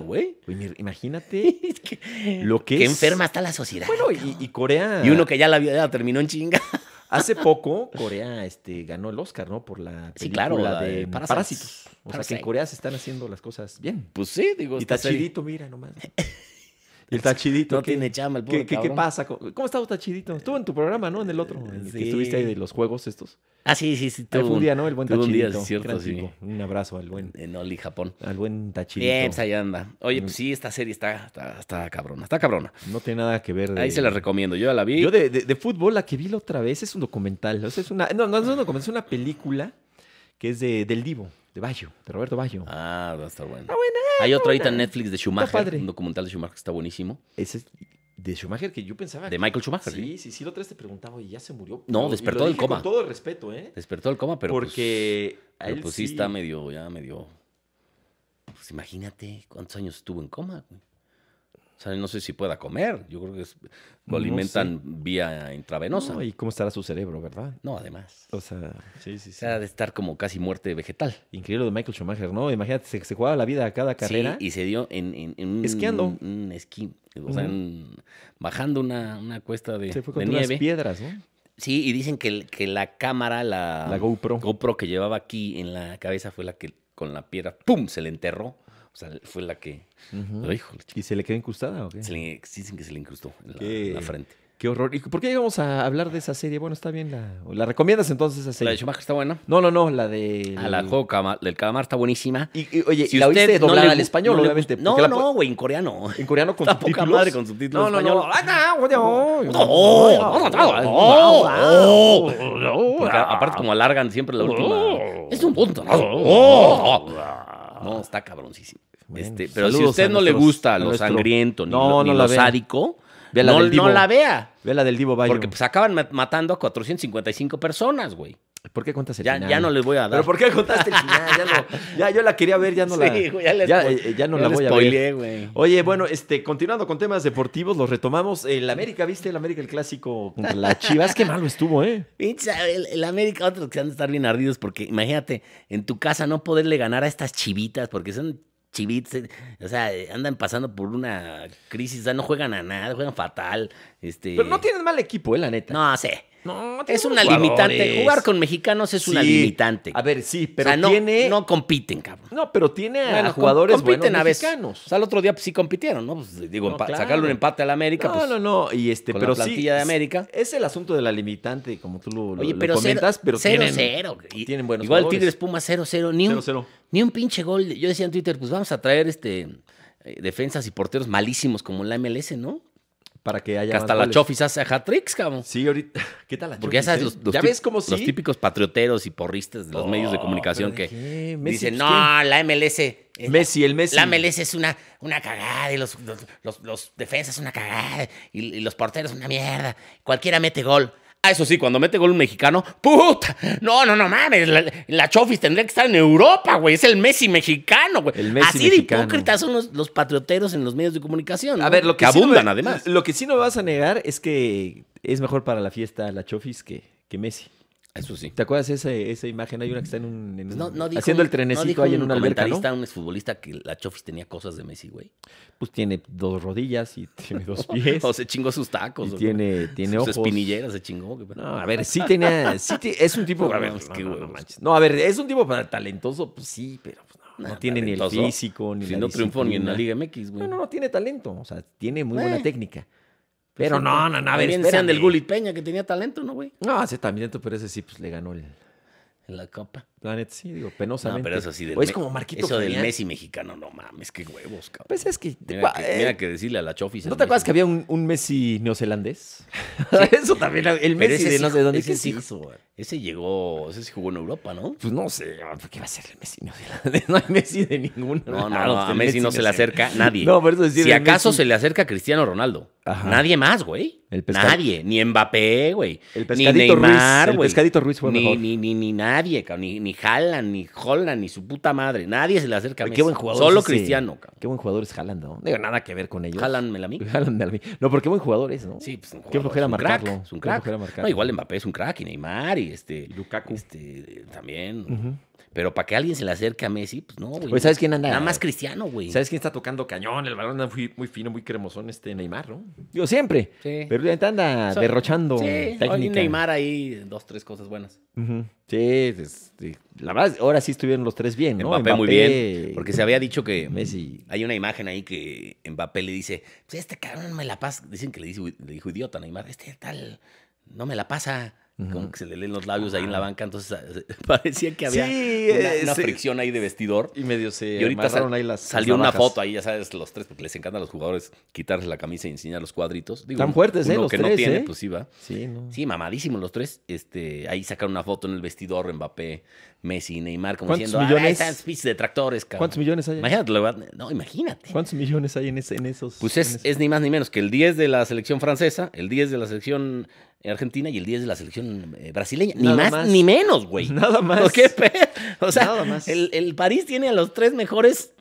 güey.
Güey, mira, imagínate
Es que-
lo que
Qué
es.
enferma está la sociedad.
Bueno, y, y Corea.
y uno que ya la vio, ya la terminó en chinga.
Hace poco, Corea este, ganó el Oscar, ¿no? Por la película
Sí, claro, la de
de
Parasite.
Parásitos. O sea, que
Parasite.
en Corea se están haciendo las cosas bien.
Pues sí, digo.
Y
esta
está
serie-
chidito, mira nomás. Y el tachidito.
No
¿qué?
tiene chamba el pobre
¿Qué, qué, qué
cabrón.
pasa? con- ¿Cómo está Tachidito? Estuvo en tu programa, ¿no? En el otro. en el que
Sí.
estuviste ahí de los juegos estos.
Ah, sí, sí, sí.
Ahí
tuvo
fue un día, ¿no? El buen
tuvo
Tachidito.
un día, es cierto,
gran
sí.
tipo. Un abrazo al buen,
En Oli, Japón.
al buen Tachidito.
Bien, pues ahí anda. Oye,
Mm.
pues sí, esta serie está, está, está cabrona, está cabrona.
no tiene nada que ver. de-
Ahí se la recomiendo, yo ya la vi.
Yo de, de- de fútbol, la que vi la otra vez es un documental. O sea, es una, no, no es un documental, es una película que es de, del Divo, de Bayo, de Roberto Bayo.
Ah, va a estar bueno.
Está buena.
Hay otro ahorita en Netflix de Schumacher,
padre.
un documental de Schumacher que está buenísimo.
Ese es de Schumacher que yo pensaba.
De Michael Schumacher, sí.
Ah, sí, sí, sí, la otra vez te preguntaba y ya se murió.
No,
Pero- y
despertó
lo
del
dije Con
coma.
todo el respeto, ¿eh?
Despertó el coma, pero pues,
Porque. a
pero
él
pues sí está medio, ya medio... Pues imagínate cuántos años estuvo en coma, güey. O sea, no sé si pueda comer. Yo creo que es- lo
No
alimentan vía intravenosa.
No, y cómo estará su cerebro, ¿verdad?
No, además.
O sea, sí, sí, sí.
O sea, de estar como casi muerte vegetal.
Increíble lo de Michael Schumacher, ¿no? Imagínate, se, se jugaba la vida a cada carrera.
Sí, y se dio en, en- en un,
Esquiando.
un esquí. O sea,
Ujú.
en- bajando una, una cuesta de,
se fue
de
con unas
nieve.
piedras, ¿no?
Sí, y dicen que, el- que la cámara, la,
La GoPro.
GoPro que llevaba aquí en la cabeza fue la que con la piedra, ¡pum! se le enterró. O sea, fue la que.
Ujú.
Ay, híjole, ch-
¿Y se le quedó incrustada o qué?
se le- dicen que se le incrustó en la,
Qué-
en la frente.
Qué horror. ¿Y por qué íbamos a hablar de esa serie? Bueno, está bien. ¿La, ¿la recomiendas entonces esa
La
serie?
de Schumacher está buena.
no, no, no, la de...
A la juego cama- del calamar está buenísima.
Y, y, oye,
Si
¿y la
usted
oíste
no
doblada
le
al
gu-
español,
no le
obviamente?
gust-
porque
No,
la
no, güey, en coreano.
En coreano con
Está
subtítulos.
poca madre con subtítulos
No, no, no.
español.
Ah, no, no, no,
no, no, no,
no, no.
Porque a- aparte, como alargan siempre la última.
Oh.
Es un punto. ¿no?
Oh.
No, está cabroncísimo.
Bueno,
este,
pues,
pero si
saludos
usted
a
no le
nuestros-
gusta
a
lo
nuestro-
sangriento ni,
No,
lo,
no
ni
la
lo
vea.
sádico,
Vea la
no,
del
no
Divo.
la vea.
Ve la del Divo Bayo.
Porque pues acaban mat- matando a 455 personas, güey.
¿Por qué contas el
Ya,
final?
ya no les voy a dar.
¿Pero por qué contaste el final? Ya, no- ya yo la quería ver, ya no la...
Sí, güey, ya les
ya,
spoil-
eh, ya no
ya
la
les
voy a ver.
spoileé, güey.
Oye, bueno, este, continuando con temas deportivos, los retomamos. El América, ¿viste? El América, el clásico contra las Chivas. Qué malo estuvo, ¿eh?
Pinche, El, el América, otros que han de estar bien ardidos, porque imagínate, en tu casa no poderle ganar a estas chivitas, porque son chivitas, eh, o sea, eh, andan pasando por una crisis, o sea, no juegan a nada, juegan fatal. Este,
Pero no tienen mal equipo, ¿eh? La neta.
No sé,
No, tienen
es una
buenos
limitante.
jugadores.
Jugar con mexicanos es una
Sí.
limitante.
A ver, sí,
O
pero
sea, no,
tiene... No,
no compiten, cabrón.
pero tiene a
Bueno, com-
jugadores
compiten
buenos
a veces.
mexicanos.
O sea, el otro día pues, sí compitieron, ¿no? Pues, digo,
No,
empa-
claro.
sacarle un empate al América,
no,
pues,
no, no. Y este,
con
pero
la plantilla
sí,
de América.
Es el asunto de la limitante, como tú lo, lo-
Oye,
lo
pero cero-
comentas, pero
cero,
tienen...
cero. Y-
tienen buenos
Igual
jugadores.
Tigres Puma 0-0, ni, un-
0-0.
ni un pinche gol. Yo decía en Twitter, pues vamos a traer este eh, defensas y porteros malísimos como en la MLS, ¿no?
Para que haya
Que hasta
más
la
goles.
Chofis hace hat-tricks, cabrón.
Sí, ahorita. ¿Qué tal la
Porque ya
Chofis,
sabes,
eh?
los, los
¿Ya
tip-
ves cómo
los
sí?
típicos patrioteros y porristas de los medios de
Oh,
comunicación
¿pero de
que
qué? Messi,
dicen,
pues,
no, la MLS...
¿qué?
es-
eh, Messi, el Messi.
La MLS es una, una cagada y los, los, los- los defensas una cagada y, y los porteros una mierda. Cualquiera mete gol. Ah, eso sí, cuando mete gol un mexicano, ¡puta! No, no, no mames. La, la Chofis tendría que estar en Europa, güey. Es el Messi mexicano, güey.
El Messi
Así
mexicano.
de hipócritas son los, los patrioteros en los medios de comunicación.
A
¿no?
ver, lo que, sí no
abundan,
me-
además.
Lo que sí no me vas a negar es que es mejor para la fiesta la Chofis que, que Messi.
Eso sí.
¿Te acuerdas esa, esa imagen? Hay una que está en un, en un-
No, no dijo
haciendo
un-
el
no
trenecito
dijo
ahí en
un
una alberca, ¿no?
comentarista, un exfutbolista que la Chofis tenía cosas de Messi, güey.
Pues tiene dos rodillas y tiene dos pies.
O se chingó sus tacos.
y
o-
tiene, tiene
sus
ojos.
espinilleras se chingó. güey.
No, a ver, sí tenía. sí te- es un tipo.
No,
a ver,
pues,
no,
qué
no, no
huevos.
manches. No, a ver, es un tipo para- talentoso, pues sí, pero pues, no,
Nah,
no tiene ni el
talentoso.
físico, ni
Si
la
no triunfó ni en la
disciplina.
Liga MX, güey.
No, no, no tiene talento. O sea, tiene muy
Eh.
buena técnica. Pero
pues,
no, no, no, a ver,
También sean
espérame.
del Gullit Peña, que tenía talento, ¿no, güey?
No, ese también, pero ese sí, pues le ganó el
En la Copa.
Planet. Sí, digo,
No,
penosamente.
pero eso sí. Del
O es
Me-
como Marquito
Eso del
Fabián.
Messi mexicano, no mames, qué huevos, cabrón.
Pues es que.
Mira que,
eh,
mira que decirle a la Chofis.
¿No
al
te acuerdas que
Messi.
había un, un Messi neozelandés? eso también, el
Pero
Messi
ese
de
sí
no sé dónde.
ese
¿Qué
sí-
se hizo, güey?
Ese llegó, ese sí jugó en Europa, ¿no?
Pues no sé, ¿por ¿qué va a ser el Messi neozelandés? No hay Messi de ningún
No, no,
lado,
no,
pues,
a
el
Messi no se le
neozelandés.
acerca nadie.
No, por eso decir
si
el
acaso
Messi-
se le acerca a Cristiano Ronaldo.
Ajá.
Nadie más, güey.
El pesca-
Nadie. Ni Mbappé, güey.
El
Ni
pescadito
Neymar,
Ruiz. El
güey.
pescadito Ruiz fue
ni,
mejor.
ni, ni, ni nadie, cabrón. Ni, ni Haaland, ni Holland, ni su puta madre. Nadie se le acerca a
Qué
Messi.
buen jugador
Solo
es ese.
Cristiano, cabrón.
Qué buen jugador es Haaland, ¿no? Digo, nada que ver con ellos.
Haaland, me la mí.
Haaland al mí. No, porque buen jugador es, ¿no?
Sí, pues un
Qué
jugador,
flojera
es un
marcarlo.
Crack, es un
Qué
crack.
flojera marcarlo.
No, igual Mbappé es un crack y Neymar y este.
Y Lukaku.
Este, eh, también.
Ujú.
Pero para que alguien se le acerque a Messi, pues no, güey.
Oye, ¿sabes quién anda?
Nada más Cristiano, güey.
¿Sabes quién está tocando cañón? El balón anda muy, muy fino, muy cremosón este Neymar, ¿no? Digo, siempre.
Sí.
Pero ahorita anda
So-
Ah, derrochando
Sí,
técnica.
hoy Neymar ahí, dos, tres cosas buenas.
Ujú. Sí, es- sí, la verdad, ahora sí estuvieron los tres bien, ¿no?
Mbappé, muy
Mbappé,
bien. Porque se había dicho que
Messi.
hay una imagen ahí que Mbappé le dice, "Pues este cabrón me la pasa. Dicen que le, dice- le dijo idiota a Neymar, este tal no me la pasa. Como que se le leen los labios ahí en la banca, entonces ah, parecía que había
Ah. Sí,
una,
eh,
una
sí.
fricción ahí de vestidor.
Y medio se
Y ahorita
amarraron
sal-
ahí las
salió
las
una
navajas.
foto ahí, ya sabes, los tres, porque les encanta a los jugadores quitarse la camisa y enseñar los cuadritos. Digo,
Tan fuertes, ¿eh?
uno
Los
que
tres,
no tiene,
¿eh?
pues sí va.
Sí, ¿no?
Sí, mamadísimos los tres. Este, ahí sacaron una foto en el vestidor, Mbappé, Messi, Neymar, como
¿Cuántos
diciendo,
millones?
"Ah, están speech de tractores, cabrón.
¿Cuántos millones hay? ahí?
Imagínate, lo van- no, imagínate.
¿Cuántos millones hay en, ese, en esos?
Pues
en
es,
esos?
es ni más ni menos que el 10 de la selección francesa, el 10 de la selección eh, argentina y el 10 de la selección eh, brasileña. Ni
Nada
más,
más.
ni menos, güey.
Nada más.
¿Qué pe- O sea,
Nada más.
El, el París tiene a los tres mejores,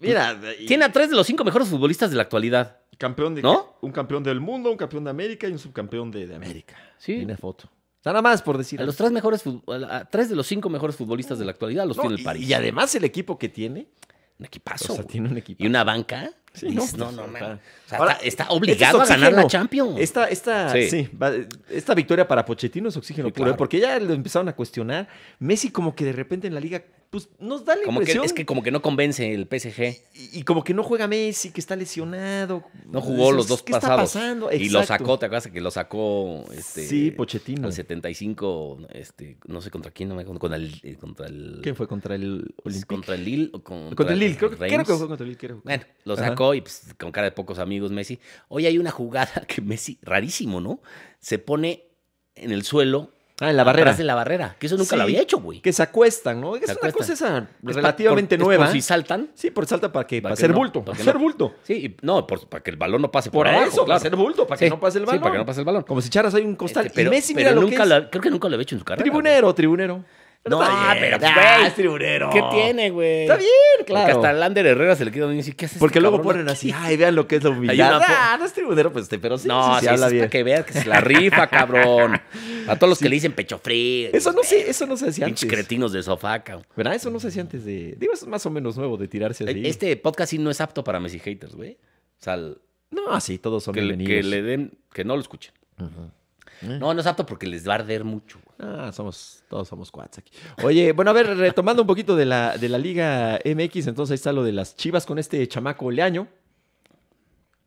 Mira, y-
tiene a tres de los cinco mejores futbolistas de la actualidad.
campeón de,
¿No?
un campeón del mundo, un campeón de América y un subcampeón de, de América.
Sí.
Tiene foto. Nada más por decir.
A los tres mejores, fut- a la- a tres de los cinco mejores futbolistas de la actualidad los
No,
tiene
y-
el París.
Y, además el equipo que tiene.
un
O
equipazo.
sea,
güey.
tiene un equipo.
Y una banca.
Sí,
Dices,
no,
no, no,
pues,
man.
para-
O sea,
Ahora,
está,
este
está
es
obligado a ganar la
oxígeno.
Champions.
Esta, esta,
Mm. Sí.
sí, va- esta victoria para Pochettino es oxígeno
Sí,
puro, ¿eh?
claro.
porque ya lo empezaron a cuestionar. Messi como que de repente en la liga, pues nos da la
como que,
impresión
es que como que no convence el PSG.
y, y como que no juega Messi, que está lesionado.
No jugó
Dices,
los dos
¿qué
pasados.
Pues Está pasando?
Y lo
Exacto.
sacó, ¿te acuerdas que lo sacó este,
sí, Pochettino.
al 75, este, no sé contra quién, no me acuerdo, con el, eh, contra el pues,
¿Quién fue contra el Olympique?
contra el Lille o contra,
Contra el Lille, creo, que- creo
Reims.
que fue contra el Lille. creo.
Bueno, lo
Ajá.
sacó y pues, con cara de pocos amigos Messi. Hoy hay una jugada que Messi, rarísimo, ¿no? Se pone en el suelo
Ah, en la
atrás
barrera.
de la barrera, que eso nunca
Sí.
lo había hecho, güey.
Que se acuestan, ¿no? Es
Se
una cosa
acuestan.
esa
Es pa-
relativamente
por- es por
nueva.
si saltan.
Sí, por salta para que,
Para
para
que
hacer
no,
bulto.
para
Para
que
hacer
no.
bulto.
Sí, y- no, por- para que el balón no pase por,
Por
abajo,
eso, para
claro.
hacer bulto, para que
Sí,
no pase el
sí,
balón.
para que no pase el balón.
Como si echaras ahí un
Este,
costal.
pero,
y Messi,
pero
mira lo que
nunca
es.
lo- creo que nunca lo había hecho en su carrera. güey.
Tribunero, tribunero.
No,
está bien,
pero, pues,
ah,
güey,
es tribunero.
¿Qué tiene, güey?
Está bien, claro.
Porque hasta Lander Herrera se le queda bien y dice, ¿qué haces?
Porque
este
luego
cabrón
ponen
aquí?
así, ay, vean lo que es la humildad.
una po-
Ah, no es tribunero, pues, este, pero sí,
no,
sí,
sí,
se habla
eso es
bien.
para que veas que se la rifa, cabrón. A todos los que le dicen pecho frío.
Eso no, se, eso no se hacía
Pinches
antes.
cretinos de sofá, cabrón.
¿Verdad? Eso no se hacía antes de... Digo, es más o menos nuevo de tirarse así.
Este podcast sí no es apto para Messi haters, güey. O sea, el-
No, sí, todos son
que, le- que
bienvenidos.
le den, que no lo escuchen.
Ujú.
No, no es apto porque les va a arder mucho. güey.
Ah, somos, todos somos cuads aquí. Oye, bueno, a ver, retomando un poquito de la, de la Liga MX, entonces ahí está lo de las Chivas con este chamaco Leaño.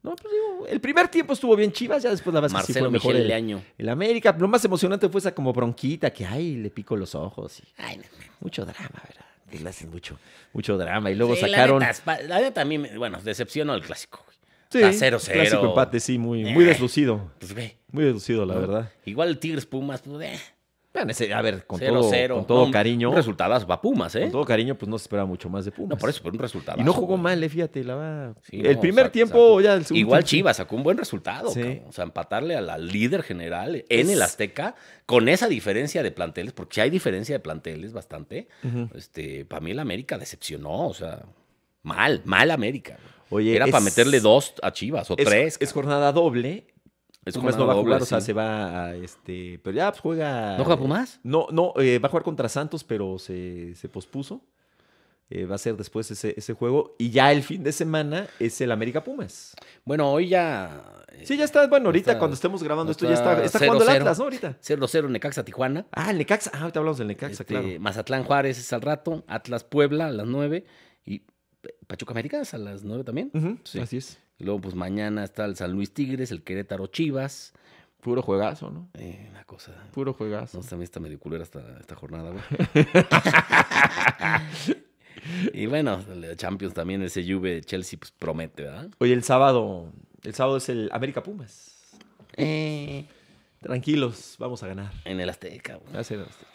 No, pues digo, el primer tiempo estuvo bien Chivas, ya después la verdad es que sí
Marcelo
fue mejor
Michel
el,
Leaño.
el América. Lo más emocionante fue esa como bronquita que, ay, le pico los ojos. y
Ay, no.
mucho drama, ¿verdad? Que Le hacen mucho, mucho drama. Y luego
Sí,
sacaron...
La neta, la neta a mí, me- bueno, decepcionó el clásico, güey.
Sí,
está 0-0.
Clásico empate, sí, muy, muy
Eh.
deslucido.
Pues ve.
Muy deslucido, la
¿no?
verdad.
Igual Tigres Pumas, pues, eh,
Bueno, ese- a ver, con
0-0.
todo, con todo
No, un-
cariño...
Un resultadazo para Pumas, ¿eh?
Con todo cariño, pues no se esperaba mucho más de Pumas.
No, por eso, pero un resultado.
Y no jugó mal, eh, fíjate, la va.
Sí,
el
no,
primer
sac-
tiempo
sacó-
ya el segundo
Igual
tiempo-
Chivas sacó un buen resultado,
Sí.
cabrón. O sea, empatarle a la líder general en el
Es-
Azteca con esa diferencia de planteles, porque si hay diferencia de planteles bastante,
Ujú.
este, para mí el América decepcionó, o sea, mal, mal América. güey.
Oye,
Era para
es-
meterle dos a Chivas o
es,
tres.
Es
cabrón.
jornada doble.
Es
Pumas
jornada
no va a
doble,
jugar, o sea,
sí.
se va a este. Pero ya pues, juega.
¿No juega Pumas?
No, no, eh, va a jugar contra Santos, pero se, se pospuso. Eh, va a ser después ese, ese juego. Y ya el fin de semana es el América Pumas.
Bueno, hoy ya. eh,
Sí, ya está. Bueno, ahorita
Está-
cuando estemos grabando esto, ya
está
está. Está jugando el
0-0.
Atlas, ¿no? Ahorita.
0-0 Necaxa Tijuana.
Ah, el Necaxa. Ah, ahorita hablamos del Necaxa,
Este,
claro.
Mazatlán Juárez es al rato, Atlas Puebla a las 9 y P- Pachuca Américas a las 9 también.
Ujú,
sí.
Así es.
Y Luego, pues mañana está el San Luis Tigres, el Querétaro Chivas.
Puro juegazo, ¿no?
Eh, una cosa.
Puro juegazo.
No, también está medio culera esta, esta jornada, güey. y bueno, la Champions también, ese Juve Chelsea, pues promete, ¿verdad?
Oye, el sábado, el sábado es el América Pumas.
Eh,
Tranquilos, vamos a ganar.
en el Azteca, güey.
Va a ser Azteca.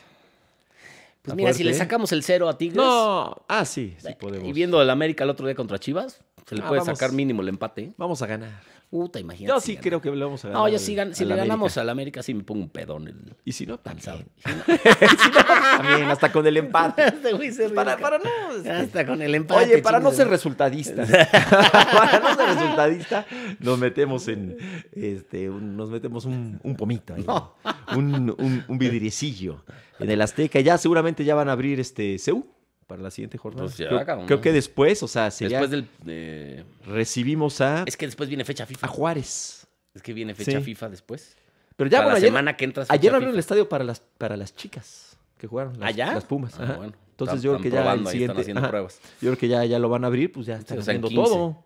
Pues
Está
mira, si
fuerte,
le
¿eh?
sacamos el cero a Tigres.
No, ah, sí, sí
eh,
podemos.
Y viendo al América el otro día contra Chivas, se le
Ah,
puede
vamos.
sacar mínimo el empate. ¿eh?
Vamos a ganar.
Puta, imagínate.
Yo
si
sí
gana.
creo que le vamos a ganar.
No, yo
al-
sí gan- si
al
le ganamos
América.
al América, sí me pongo un pedón el
Y si no,
sábado.
también. Si no,
Ah.
también, hasta con el empate.
Este güey se ríe.
Pues Para, para no. este,
Hasta con el empate.
Oye, para no
chingues,
ser resultadista. para no ser resultadista, nos metemos en. Este, un- nos metemos un, un pomito. ahí,
No.
Un, un, un vidriecillo en el Azteca. Ya seguramente ya van a abrir este CEU para la siguiente jornada.
Pues ya,
creo,
cabrón.
creo que después, o sea, sería.
Después del. eh,
recibimos a,
es que después viene fecha FIFA.
a Juárez.
Es que viene fecha
Sí.
FIFA después.
Pero ya,
Para
bueno,
la
ayer,
semana que entras.
ayer abrieron el estadio para las, para las chicas. que jugaron. Las,
¿Ah, ya?
Las Pumas.
Ah,
ajá.
bueno.
Entonces
Están-
yo creo que
están
ya el
probando, ahí están
siguiente...
haciendo
ajá,
pruebas.
yo creo que ya, ya lo van a abrir, pues ya están
o sea, en
abriendo
15.
todo.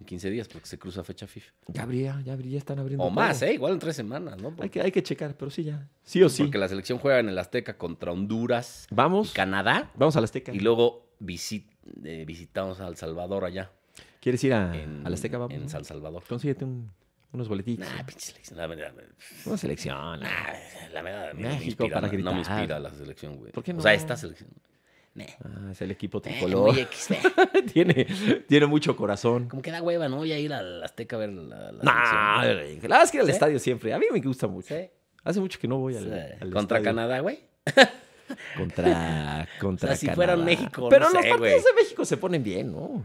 En 15 días, porque se cruza fecha FIFA.
Ya habría, ya habría, ya están abriendo
O más,
todo.
¿eh? Igual en tres semanas, ¿no?
Hay
Porque,
que, hay que checar, pero sí ya. Sí o sí.
porque la selección juega en el Azteca contra Honduras y
Vamos,
Canadá.
vamos a la Azteca.
Y luego visit- eh, visitamos a El Salvador allá.
¿Quieres ir a,
En,
a la Azteca? Vamos.
En
¿no?
San Salvador.
Consíguete un- unos boletitos.
Nah, pinche selección. La verdad,
Una selección. nah.
nah, la verdad, a mí no me
México
inspira,
para
no- no me
gritar.
inspira la selección, güey.
¿Por qué
O sea,
no?
esta selección. Nah.
Ah, es el equipo
Eh,
tricolor.
muy X, nah.
tiene, tiene mucho corazón.
Como que da hueva, ¿no? Ya ir al Azteca a ver la, la
Nah, la
selección.
verdad es que ir al
¿Sí?
estadio siempre. A mí me gusta mucho.
Sí,
Hace mucho que no voy al,
sí.
al
Contra
estadio.
Canadá, güey.
Contra, contra
O sea, si
Canadá.
fuera México, no
Pero los
sé,
partidos
güey.
de México se ponen bien, ¿no?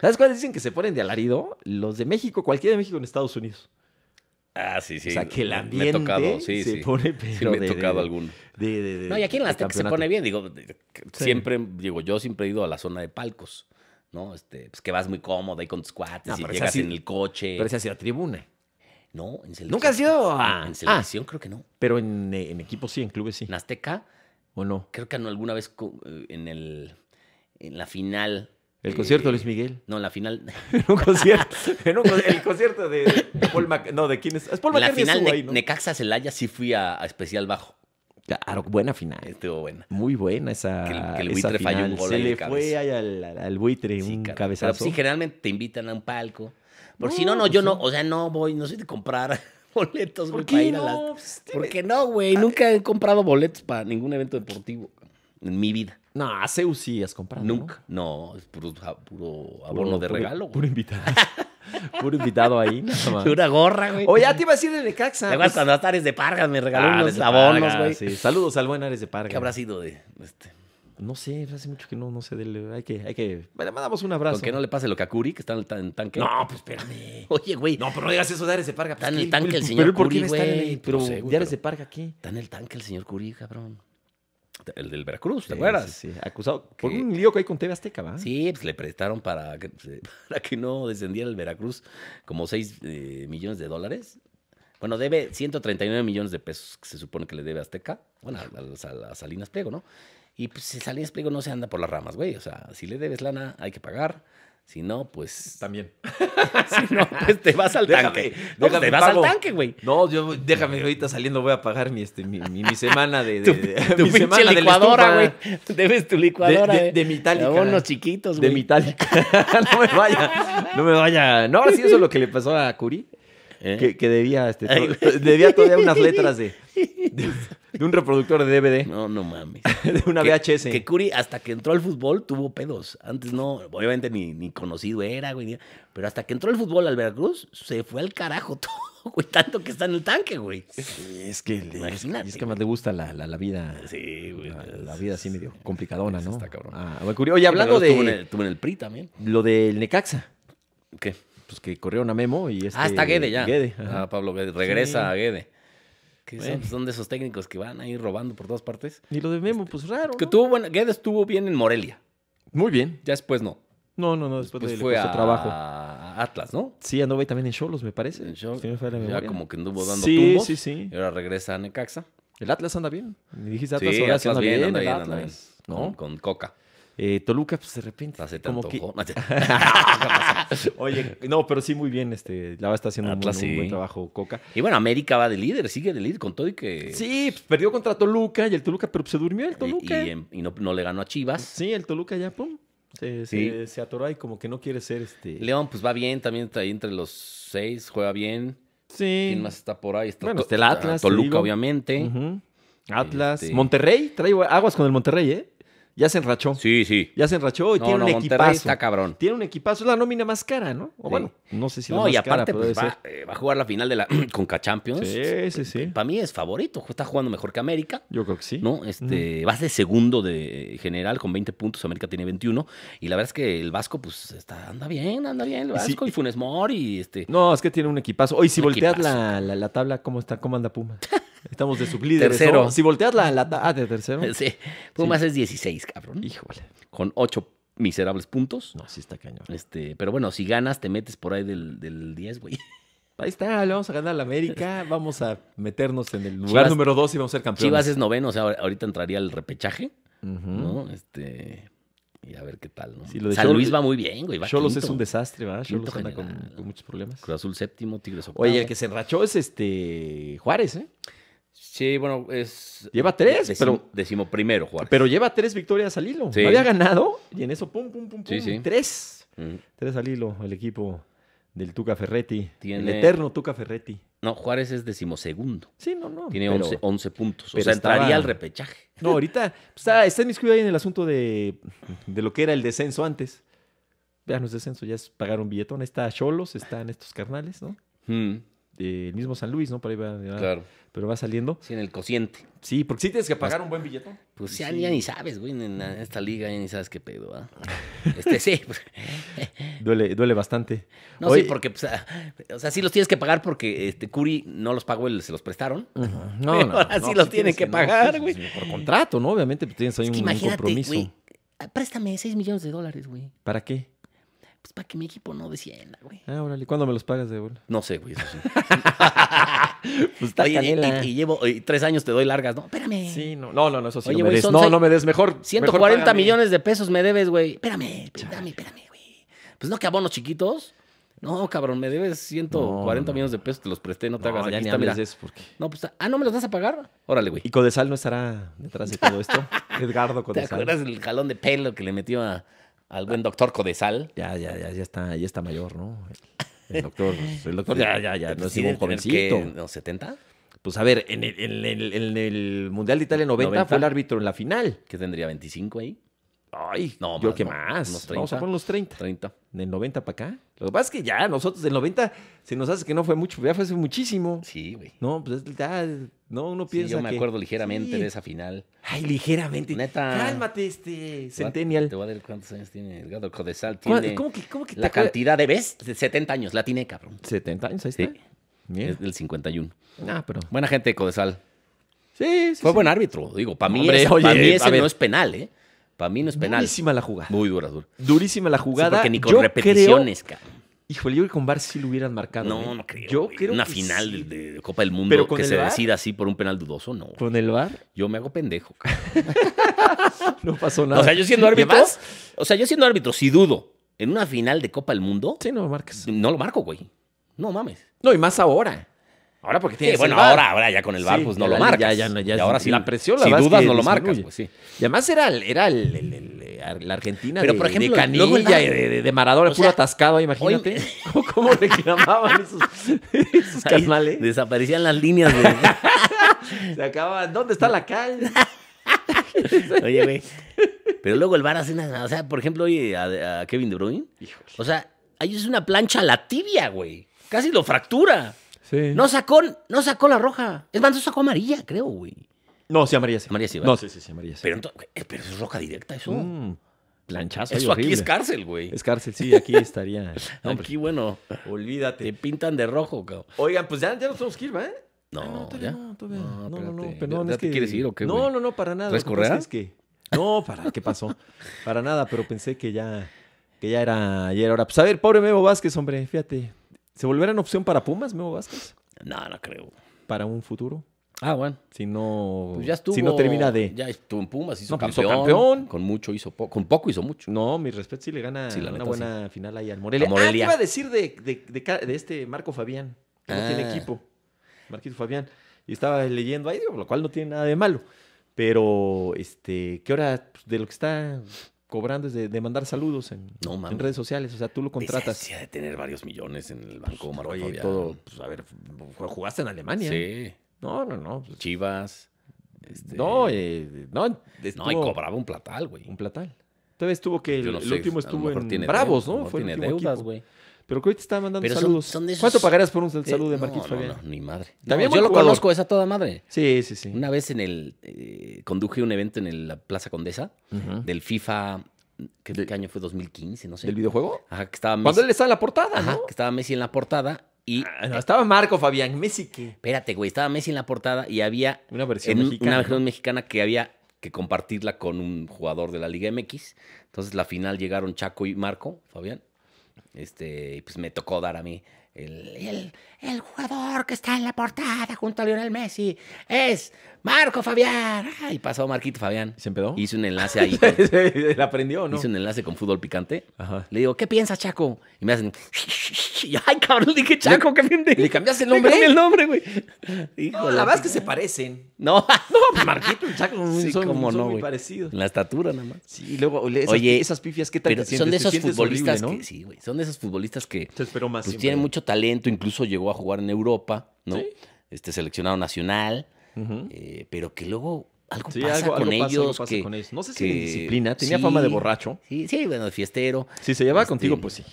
¿Sabes cuáles dicen que se ponen de alarido? Los de México, cualquiera de México en Estados Unidos.
Ah, sí, sí.
o sea, que el
Me-
ambiente
Me he tocado, sí,
se
sí.
pone
Sí,
pero
me he
de- de-
tocado alguno.
de- de- de-
No, y aquí en
de
la Azteca se
eh, campeonato.
pone bien, digo, de- que
Sí.
siempre, digo, yo siempre he ido a la zona de palcos, ¿no? Este, pues que vas muy cómodo ahí con tus cuates
No,
y
pero esa
llegas
sí-
en el coche.
Pero ese ha sido tribuna.
No, en selección. Ah,
Nunca has ido a- Ah.
En selección creo que no.
Pero en, eh, en equipo sí, en clubes sí.
En Azteca
¿O no?
creo que no, alguna vez co- eh, en el en la final.
El
eh,
concierto de Luis Miguel.
No, en la final.
En un concierto. en un con- el concierto de, de Paul Mac... No, ¿de quién es? Es Paul
en la
McCartney
final
estuvo
Ne-
ahí, ¿no?
Necaxa Celaya sí fui a, a especial bajo.
Claro, buena final.
Estuvo buena.
Muy buena esa.
Que el- que el
esa
buitre falló un
final.
gol
Se
ahí de
le fue
cabeza.
ahí al, al- al buitre
Sí,
un
cabrón. Pero pues,
cabezazo.
sí, generalmente te invitan a un palco. Porque si
No,
no, no,
pues
yo
sí.
no, o sea, no voy, no soy de comprar boletos,
¿Por
güey,
qué
para ir a las.
no? Pues, tiene-
Porque no, güey,
eh.
nunca he comprado boletos para ningún evento deportivo en mi vida.
No, a Zeus sí has comprado. ¿no?
Nunca. No, es puro, ja- puro
Puro-
abono de
puro-
regalo, güey.
Puro invitado. puro invitado ahí, nada más.
Una gorra, güey.
O ya te iba a decir de Necaxa.
¿Te acuerdas
pues-
cuando Atares de Pargas me regaló
Ah,
unos
desde
abonos,
Parga,
güey?
sí. Saludos al buen Ares de Parga.
¿Qué habrá sido de este?
No sé, hace mucho que no, no sé de él. Hay que, hay que. Le mandamos un abrazo.
Con que no le pase lo que a Curi, que está en el tan- en tanque.
No, pues espérame.
Oye, güey.
No, pero no digas eso de Ares de Parga.
Está en
pues,
el
¿qué?
tanque el
Pero,
señor
¿Por qué
Curi,
va a estar en
güey?
el-
No
Pero
sé, güey,
de Ares
pero-
de Parga, ¿qué?
Está en el tanque el señor Curi, cabrón. El del Veracruz,
Sí,
¿te acuerdas?
Sí, sí, Acusado por
Que-
un lío que hay con TV Azteca, ¿va?
Sí, pues le prestaron para que, se- para que no descendiera el Veracruz como 6 millones de dólares. Bueno, debe 139 millones de pesos que se supone que le debe a Azteca, bueno, a, a- a Salinas Pliego, ¿no? Y pues si Salinas Pliego no se anda por las ramas, güey. O sea, si le debes lana, hay que pagar. Si no, pues,
También.
si no, pues te vas al
Déjame,
tanque. No, pues,
déjame
te vas
pago.
al tanque, güey.
No, yo déjame ahorita saliendo, voy a pagar mi, este, mi, mi- mi semana de, de, de-
Tu
mi
pinche
semana de la
licuadora, güey.
estufa.
Debes tu licuadora.
de-
eh.
de Metallica.
Abonos chiquitos,
De
güey.
mi tal. no me vaya, no me vaya. No, ahora sí eso es lo que le pasó a Curi.
¿Eh?
Que, que debía, este, to-
Ay, güey.
to- debía todavía unas letras de, de, de un reproductor de DVD,
No, no mames.
de una
que-
VHS.
Que Curi, hasta que entró al fútbol, tuvo pedos. Antes no, obviamente ni, ni conocido era, güey. ni- Pero hasta que entró al fútbol al Veracruz, se fue al carajo todo, güey. Tanto que está en el tanque, güey.
Sí, es que, le-
Imagínate,
es que más le gusta la, la, la vida.
Sí, güey. pues,
La, Ah, la vida así medio complicadona,
Eso
¿no?
está cabrón.
Ah, bueno, Curi, oye, hablando
Veracruz Estuvo en,
de
el, estuvo en el PRI también.
lo del Necaxa,
¿Qué?
pues que corrieron a Memo y este,
ah, está Guede ya.
Guede, ajá.
Ah, Pablo Guede. Regresa
Sí.
a Guede. Que
Bueno.
son, son de esos técnicos que van ahí robando por todas partes.
Y lo de Memo, pues raro.
Que
¿no?
tuvo buena- Guede estuvo bien en Morelia.
Muy bien.
Ya después no.
No, no, no, después,
Después
de Pues le costó
fue a,
trabajo.
a Atlas, ¿no?
Sí, anduvo ahí también en Cholos, me parece.
En shock.
Si no me falla la
ya
memoria.
como que anduvo dando
sí,
tumbos.
Sí,
Eh,
sí,
Y ahora regresa a Necaxa.
El Atlas anda bien. Me dijiste Atlas,
Sí,
ahora
Atlas
sí anda bien,
bien, anda
el
bien, anda bien.
Atlas.
Con,
¿No?
con Coca.
Eh, Toluca, pues de repente.
Hace tanto
como que-
ojo. No, ya.
Oye, no, pero sí, muy bien. Este, la va a estar haciendo un,
Atlas,
buen- un buen
sí.
trabajo, Coca.
Y bueno, América va de líder, sigue de líder con todo y que...
Sí, pues, perdió contra Toluca y el Toluca, pero pues, se durmió el
Y,
Toluca.
y en- y no, no le ganó a Chivas.
Sí, el Toluca ya, pum. Se,
Sí.
se, se atoró ahí como que no quiere ser este.
León, pues va bien, también está ahí entre los seis, juega bien.
sí.
¿Quién más está por ahí? Está
Bueno,
To-
está el Atlas, te
Toluca,
digo.
obviamente.
Ujú. Atlas.
Este-
Monterrey, trae aguas con el Monterrey, ¿eh? Ya se enrachó.
Sí, sí.
Ya se enrachó y
No,
tiene
no,
un
Monterrey
equipazo.
está cabrón.
Tiene un equipazo, es la nómina más cara, ¿no? O
Sí.
bueno, no sé si la
no,
más
y aparte
cara, pero
pues,
debe
va, eh, va a jugar la final de la Conca Champions.
ser. Sí, sí, sí.
Para mí es favorito, está jugando mejor que América.
Yo creo que sí.
¿no? Este, Vas de segundo de general con 20 puntos, América tiene 21. Y la verdad es que el Vasco, pues, está, anda bien, anda bien. El
Y sí.
Vasco y Funes Mori, este.
No, es que tiene un equipazo. Oye, si
Un
volteas
equipazo.
la, la- la tabla, ¿cómo está? ¿Cómo anda Puma? Estamos de sublíderes.
Tercero.
¿no? Si volteas la, la ta- Ah, de tercero.
sí, Pumas es 16, cabrón.
Híjole. pues
Con 8 miserables puntos.
No, sí está cañón.
Este, pero bueno, si ganas, te metes por ahí del, del 10, güey.
Ahí está, le vamos a ganar a la América, vamos a meternos en el lugar
Chivas-
número dos y vamos a ser campeones.
Chivas es noveno, o sea, ahorita entraría el repechaje,
Ujú.
¿no? Este. Y a ver qué tal, ¿no?
Sí, lo de
San
Chol-
Luis va muy bien, güey. Va
Cholos
quinto.
es un desastre, ¿verdad?
Quinto
Cholos anda con,
general.
con muchos problemas.
Cruz Azul séptimo, Tigres octavo.
Oye, el que se enrachó es este Juárez, ¿eh?
Sí, bueno, es.
Lleva tres, pero,
Decimo primero, Juárez.
pero lleva tres victorias al hilo.
Sí.
No había ganado y en eso pum, pum, pum, pum.
Sí, sí.
Tres.
Mm.
Tres al hilo el equipo del Tuca Ferretti. El
Tiene-
eterno Tuca Ferretti.
No, Juárez es decimosegundo.
Sí, no, no.
Tiene
pero-
11, 11 puntos. O
pero
sea, entraría
estaba-
al repechaje.
No, ahorita pues, está, está inmiscuido ahí en el asunto de, de lo que era el descenso antes. Ya no es descenso, ya es pagar un billetón. Ahí Está Cholos, están estos carnales, ¿no?
Mm,
Eh, el mismo San Luis, ¿no? Por ahí va, va-
Claro.
pero va saliendo.
Sí, en el cociente.
Sí, porque sí tienes que pagar un buen billetón.
Pues
Sí.
ya, ya ni sabes, güey, en la- en esta liga ya ni sabes qué pedo, ¿ah? Este sí. pues,
Duele, duele bastante.
No,
Oye-
sí, porque, pues, ah, o sea, sí los tienes que pagar porque este, Curi no los pagó, él se los prestaron.
No,
Pero ahora sí los tienen
tienes
que pagar,
sí,
güey.
sí, Por contrato, ¿no? Obviamente pues, tienes ahí
Es que
un, un
imagínate,
compromiso.
güey. ah, Préstame 6 millones de dólares, güey.
¿Para qué?
Pues para que mi equipo no descienda, güey.
Ah, órale, ¿cuándo me los pagas de vuelta?
No sé, güey, eso sí.
Pues está
Oye, y-
canela.
y, y llevo y tres años te doy largas. No, espérame.
Sí, no, no, no, no, eso sí.
Oye,
no, me
güey,
des,
son
no,
seis-
no me des, mejor.
140
mejor págame.
millones de pesos me debes, güey. Espérame, espérame, espérame, güey. Pues no que abonos chiquitos. No, cabrón, me debes 140
No, no.
millones de pesos, te los presté, no te hagas
No,
aquí.
ya ni
está, mira.
hables de eso porque...
No, pues, ah, ¿no me los vas a pagar? Órale, güey.
¿Y Codesal no estará detrás de todo esto? Edgardo
¿Te
Codesal.
acuerdas del jalón de pelo que le metió a- al buen doctor Codesal?
Ya, ya, ya, ya está, ya está mayor, ¿no? El doctor, el doctor
Sí.
ya, ya, ya, no es
pues, Sí,
ningún
debe tener,
jovencito.
¿qué? ¿No, 70?
Pues a ver, en el, en el- en el Mundial de Italia 90,
90.
fue el árbitro en la final.
¿Qué tendría? ¿25 ahí?
Ay,
No,
yo
más,
qué
no,
más.
unos
Vamos a
30.
poner los 30.
30.
Del 90 para acá. Lo que pasa es que ya, nosotros del 90 se nos hace que no fue mucho, ya fue hace muchísimo.
Sí, güey.
No, pues es- ya, no, uno
Sí,
piensa
yo me
que-
acuerdo ligeramente
Sí.
de esa final.
Ay, ligeramente.
Neta.
Cálmate, este Centennial.
Te voy a decir cuántos años tiene Edgardo Codesal.
¿Cuál-
Tiene
¿Cómo que, cómo que te
la
acuerdas?
cantidad de, ¿ves? De 70 años, la tiene, cabrón.
70 años, ahí
Sí.
está. Bien.
Es del 51.
Ah, pero.
Buena gente de Codesal.
Sí, sí.
Fue
sí.
buen árbitro, digo. Para mí,
Hombre,
es-
oye,
pa' mí
a
ese
ver.
no es penal, ¿eh? Para mí no es penal.
Durísima la jugada.
Muy dura, dura.
Durísima la
Sí,
jugada.
porque ni con
Yo
repeticiones, cabrón.
creo- híjole, yo creo que con VAR sí lo hubieran marcado.
No,
¿eh?
no creo.
Yo
güey.
creo
Una
que
final
sí.
de de Copa del Mundo
Pero con
que
el
se
VAR. Pues,
decida así por un penal dudoso, no.
Con el VAR
Yo me hago pendejo, cabrón.
no pasó nada.
O sea, yo siendo
¿Te
árbitro.
vas?
O sea, yo siendo árbitro, si dudo en una final de Copa del Mundo,
Sí, no marcas.
no lo marco, güey. No mames.
No, y más ahora. Ahora porque
Sí,
tienes
bueno,
el VAR.
ahora, ahora ya con el VAR,
Sí,
pues no
ya
lo
la-
marcas.
ya- ya no- ya
y ahora
es-
sí
la presión, la
Si
verdad es
dudas,
que
no lo marcas,
disminuye.
pues sí.
Y además era, el- era el- el- el- el- la Argentina
Pero,
de,
por ejemplo,
de
luego el
Canilla, y
VAR.
de, de- de Maradona,
O
puro
sea,
atascado, ahí, imagínate. ¿Cómo, cómo reclamaban esos, esos
Ahí
carnales?
Desaparecían las líneas de.
Se acababan, ¿dónde está la cal?
Oye, güey. Pero luego el VAR hace nada. O sea, por ejemplo, oye, a, a Kevin De Bruyne.
Híjole.
O sea, ahí es una plancha a la tibia, güey. Casi lo fractura.
Sí.
No sacó, no sacó la roja. Es más, no sacó amarilla, creo, güey.
No, sí, amarilla sí.
Amarilla sí, ¿verdad?
No, sí, sí, sí, amarilla sí.
Pero, ento- eh, pero es roja directa eso.
Mm, planchazo. ahí
Eso aquí
horrible.
es cárcel, güey.
Es cárcel, sí, aquí estaría. No, hombre,
Aquí, bueno, te
olvídate.
pintan de rojo, cabrón.
Oigan, pues ya, ya nos tenemos que ir, ¿va?
No,
Ah, todavía
ya.
No, todavía. No, no,
No,
no,
espérate.
perdón,
¿Ya
es
te
que-
quieres ir o qué,
No,
güey?
no, no, para nada.
¿Traes
lo que pasa
correa?
es que- No, para, ¿qué pasó? Para nada, pero pensé que ya, que ya era, ya era hora. Pues a ver, pobre Memo Vázquez, hombre, fíjate. ¿Se volverá en opción para Pumas, Memo Vázquez?
No, no creo.
Para un futuro.
Ah, bueno.
Si no.
Pues ya estuvo.
Si no termina de.
Ya estuvo en Pumas, hizo,
No, pues hizo
campeón,
campeón.
Con mucho hizo poco. Con poco hizo mucho.
No, mi respeto sí le gana
Sí, la
una
neta,
buena final ahí al Morelia.
A Morelia.
Ah, ¿qué iba a decir de, de- de ca- de este Marco Fabián? Que no
Ah.
tiene equipo. Marquito Fabián. Y estaba leyendo ahí, digo, lo cual no tiene nada de malo. Pero, este, ¿qué hora pues, de lo que está cobrando es de, de mandar saludos en,
No, mames.
en redes sociales? O sea, tú lo contratas.
Sí, ha de tener varios millones en el banco Marco
Oye,
Fabián.
todo, pues, a ver, jugaste en Alemania.
Sí.
No, no, no. pues,
Chivas. este,
No, eh, no,
no, y
estuvo
cobraba un platal, güey.
Un platal. Todavía estuvo que el,
Yo no
el
sé,
último
a lo
estuvo
mejor
en
tiene
Bravos,
deudas, a lo
¿no?
mejor
Fue el
tiene
último
deudas,
equipo.
güey.
Pero que ahorita estaba mandando
Pero son-
saludos.
son de esos-
¿Cuánto pagarías por un sal- saludo de
Eh,
Marquito
no, no,
Fabián?
no, ni madre.
También
No,
buen
yo lo
jugador.
conozco, es a toda madre.
Sí, sí, sí.
Una vez en el. eh, conduje un evento en el- la Plaza Condesa
Ujú.
del FIFA. ¿qué, qué año fue? 2015, no sé.
¿Del videojuego?
Ajá, que estaba
Cuando
Messi.
él está en la portada,
Mm. Ajá,
¿no?
que estaba Messi en la portada. Y.
Ah, no, Estaba Marco Fabián, Messi que.
Espérate, güey. Estaba Messi en la portada y había
Una versión
en un-
mexicana.
una
¿no?
versión mexicana que había que compartirla con un jugador de la Liga MX. Entonces la final llegaron Chaco y Marco, Fabián. Este, y pues me tocó dar a mí el, el- el jugador que está en la portada junto a Lionel Messi es Marco Fabián. Ah, Y pasó Marquito Fabián.
¿Se empedó?
Hizo un enlace ahí. con-
La aprendió, ¿no?
Hizo un enlace con fútbol picante.
Ajá.
Le digo, ¿qué piensas, Chaco? Y me hacen. y, Ay, cabrón, le dije Chaco, qué pendejo.
¿Le cambiaste el nombre?
Le cambié el nombre, güey. Hijo
No,
de
la verdad es que
chingada.
se parecen.
No,
No, Marquito y Chaco son,
Sí,
son-
cómo
son
no,
muy
güey.
parecidos.
en la estatura nada más.
Sí, y luego le- esas,
Oye,
esas pifias, ¿qué tal
Pero
te sientes?
son de
Te
esos
sientes
futbolistas
horrible,
que. Sí, güey. Son de esos futbolistas que
Se esperó más.
pues,
siempre.
tienen mucho talento, incluso llegó a jugar en Europa, ¿no?
Sí.
Este seleccionado nacional,
Ujú.
eh, pero que luego algo
Sí,
pasa
algo, algo
con
pasa,
ellos.
algo pasa
que,
con ellos. No sé si
que-
era indisciplina, tenía fama de borracho.
Sí, sí, bueno, de fiestero.
Si se llevaba
Este,
contigo, pues sí.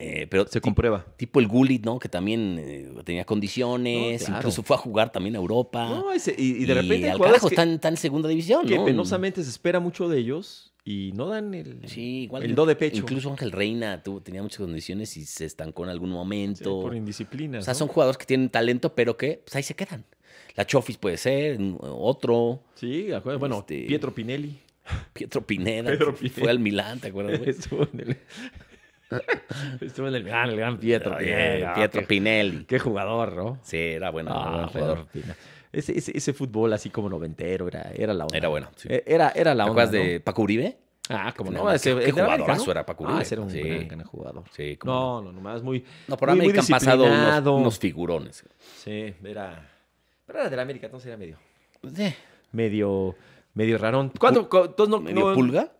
eh, pero
Se
ti-
comprueba.
tipo el Gullit, ¿no? Que también eh, tenía condiciones,
No, claro.
incluso fue a jugar también a Europa.
No, ese- y, y de repente hay
Ah. al
jugadores
carajo
que-
están, están en segunda división,
que
¿no?
penosamente se espera mucho de ellos y no dan el,
Sí, igual.
el do de pecho.
Incluso Ángel Reina tuvo, tenía muchas condiciones y se estancó en algún
Sí,
momento.
por indisciplina.
O sea, son jugadores que tienen talento, pero que pues, ahí se quedan. La Chofis puede ser, un- otro.
Sí, de acuerdo. Bueno,
Este-
Pietro Pinelli.
Pietro Pineda,
Pedro
que
Pineda.
fue al Milán, ¿te acuerdas? güey?
Estuvo en el. Estuvo en el gran, el gran Pietro.
Oye,
Pinelli.
Pietro
Ah, qué,
Pinelli.
qué jugador, ¿no?
Sí, era bueno. era
Ah,
buen jugador.
jugador Pina. Ese, ese, ese fútbol así como noventero era, era la onda.
Era bueno. sí.
Eh, Era, era
¿Te
la onda.
acuerdas de Paco Uribe?
¿no? Ah, como no.
No,
ese- el
qué- qué
de América,
jugadorazo
¿no?
era Paco
Ah,
Uribe.
ese era un
Sí.
gran, gran jugador.
Sí, cómo no.
No, no, nomás muy.
No, por
muy- muy
América han pasado unos,
disciplinado.
unos figurones.
Sí, era. Pero era del América, entonces era medio.
Pues, eh,
medio medio rarón. ¿Cuánto? Co- entonces no-
¿Medio
no-
pulga?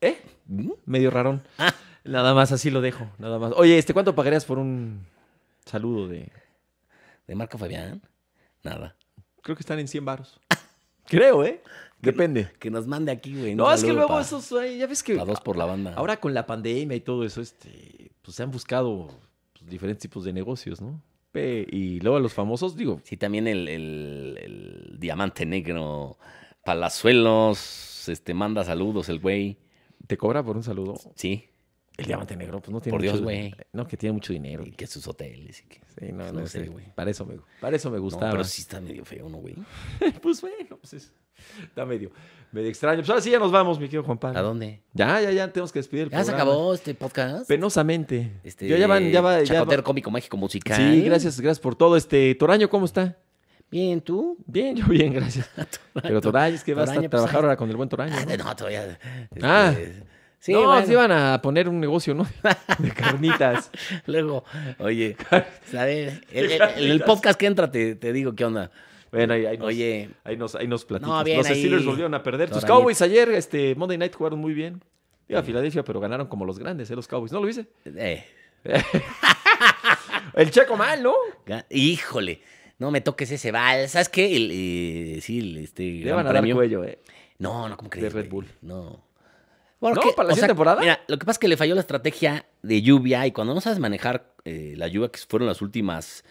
¿Eh?
¿Mm?
Medio rarón.
Ah.
Nada más, así lo dejo, nada más. Oye, este, ¿cuánto pagarías por un saludo de...?
¿De Marco Fabián? Nada.
Creo que están en 100 varos. Creo, ¿eh? Depende.
Que nos mande aquí, güey. un
No, es que
saludo
luego
pa-
esos, ay, ya ves que...
pa' dos por la banda.
Ahora con la pandemia y todo eso, este, pues se han buscado pues, diferentes tipos de negocios, ¿no? Pe- Y luego a los famosos, digo,
Sí, también el, el- el diamante negro, Palazuelos, este, manda saludos el güey.
¿te cobra por un saludo?
Sí,
El diamante negro, pues no tiene
Por
mucho-
Dios, güey.
No, que tiene mucho dinero.
y que sus hoteles. y que-
Sí, no,
No
no,
sé,
sé,
güey.
Para eso me, para eso me
No,
gustaba.
pero sí está medio feo, ¿no, güey?
Pues bueno, pues es- está medio, medio extraño. Pues ahora sí ya nos vamos, mi querido Juan
¿A
Pablo.
dónde?
Ya, ya, ya, tenemos que despedir el
¿Ya se
Ah, programa.
acabó este podcast?
Penosamente.
Este,
Yo ya van, ya va, ya va-
Chacotero cómico, mágico, musical.
Sí, gracias, gracias por todo. Este, Toraño, ¿cómo está?
Bien, ¿tú?
Bien, yo bien, gracias. Pero Toraño, es que vas a
Toraño, pues,
trabajar
ahí-
ahora con el buen Toraño.
Ah,
¿no?
no, todavía. este,
Ah.
Sí,
no,
bueno,
sí van a poner un negocio, ¿no? De carnitas.
Luego, oye, ¿sabes? El, el- el- el podcast que entra te, te digo qué onda.
Bueno, ahí, ahí nos,
Oye,
ahí nos, ahí nos platicas.
No, bien
Los
ahí,
Steelers volvieron a perder. Tus
Torañito.
Cowboys ayer, este, Monday Night jugaron muy bien. Iba a Filadelfia, pero ganaron como los grandes, ¿eh? Los Cowboys. ¿No lo viste?
eh,
El checo mal, ¿no?
ga- híjole, no me toques ese bal. ¿Sabes qué? El, eh, sí, el, este.
Le
gran
van a dar
premio.
cuello, ¿eh?
No, no, ¿cómo crees?
Red
güey?
Bull.
No.
¿No? ¿Para la
o
siguiente temporada?
Mira, lo que pasa es que le falló la estrategia de lluvia y cuando no sabes manejar eh, la lluvia, que fueron las últimas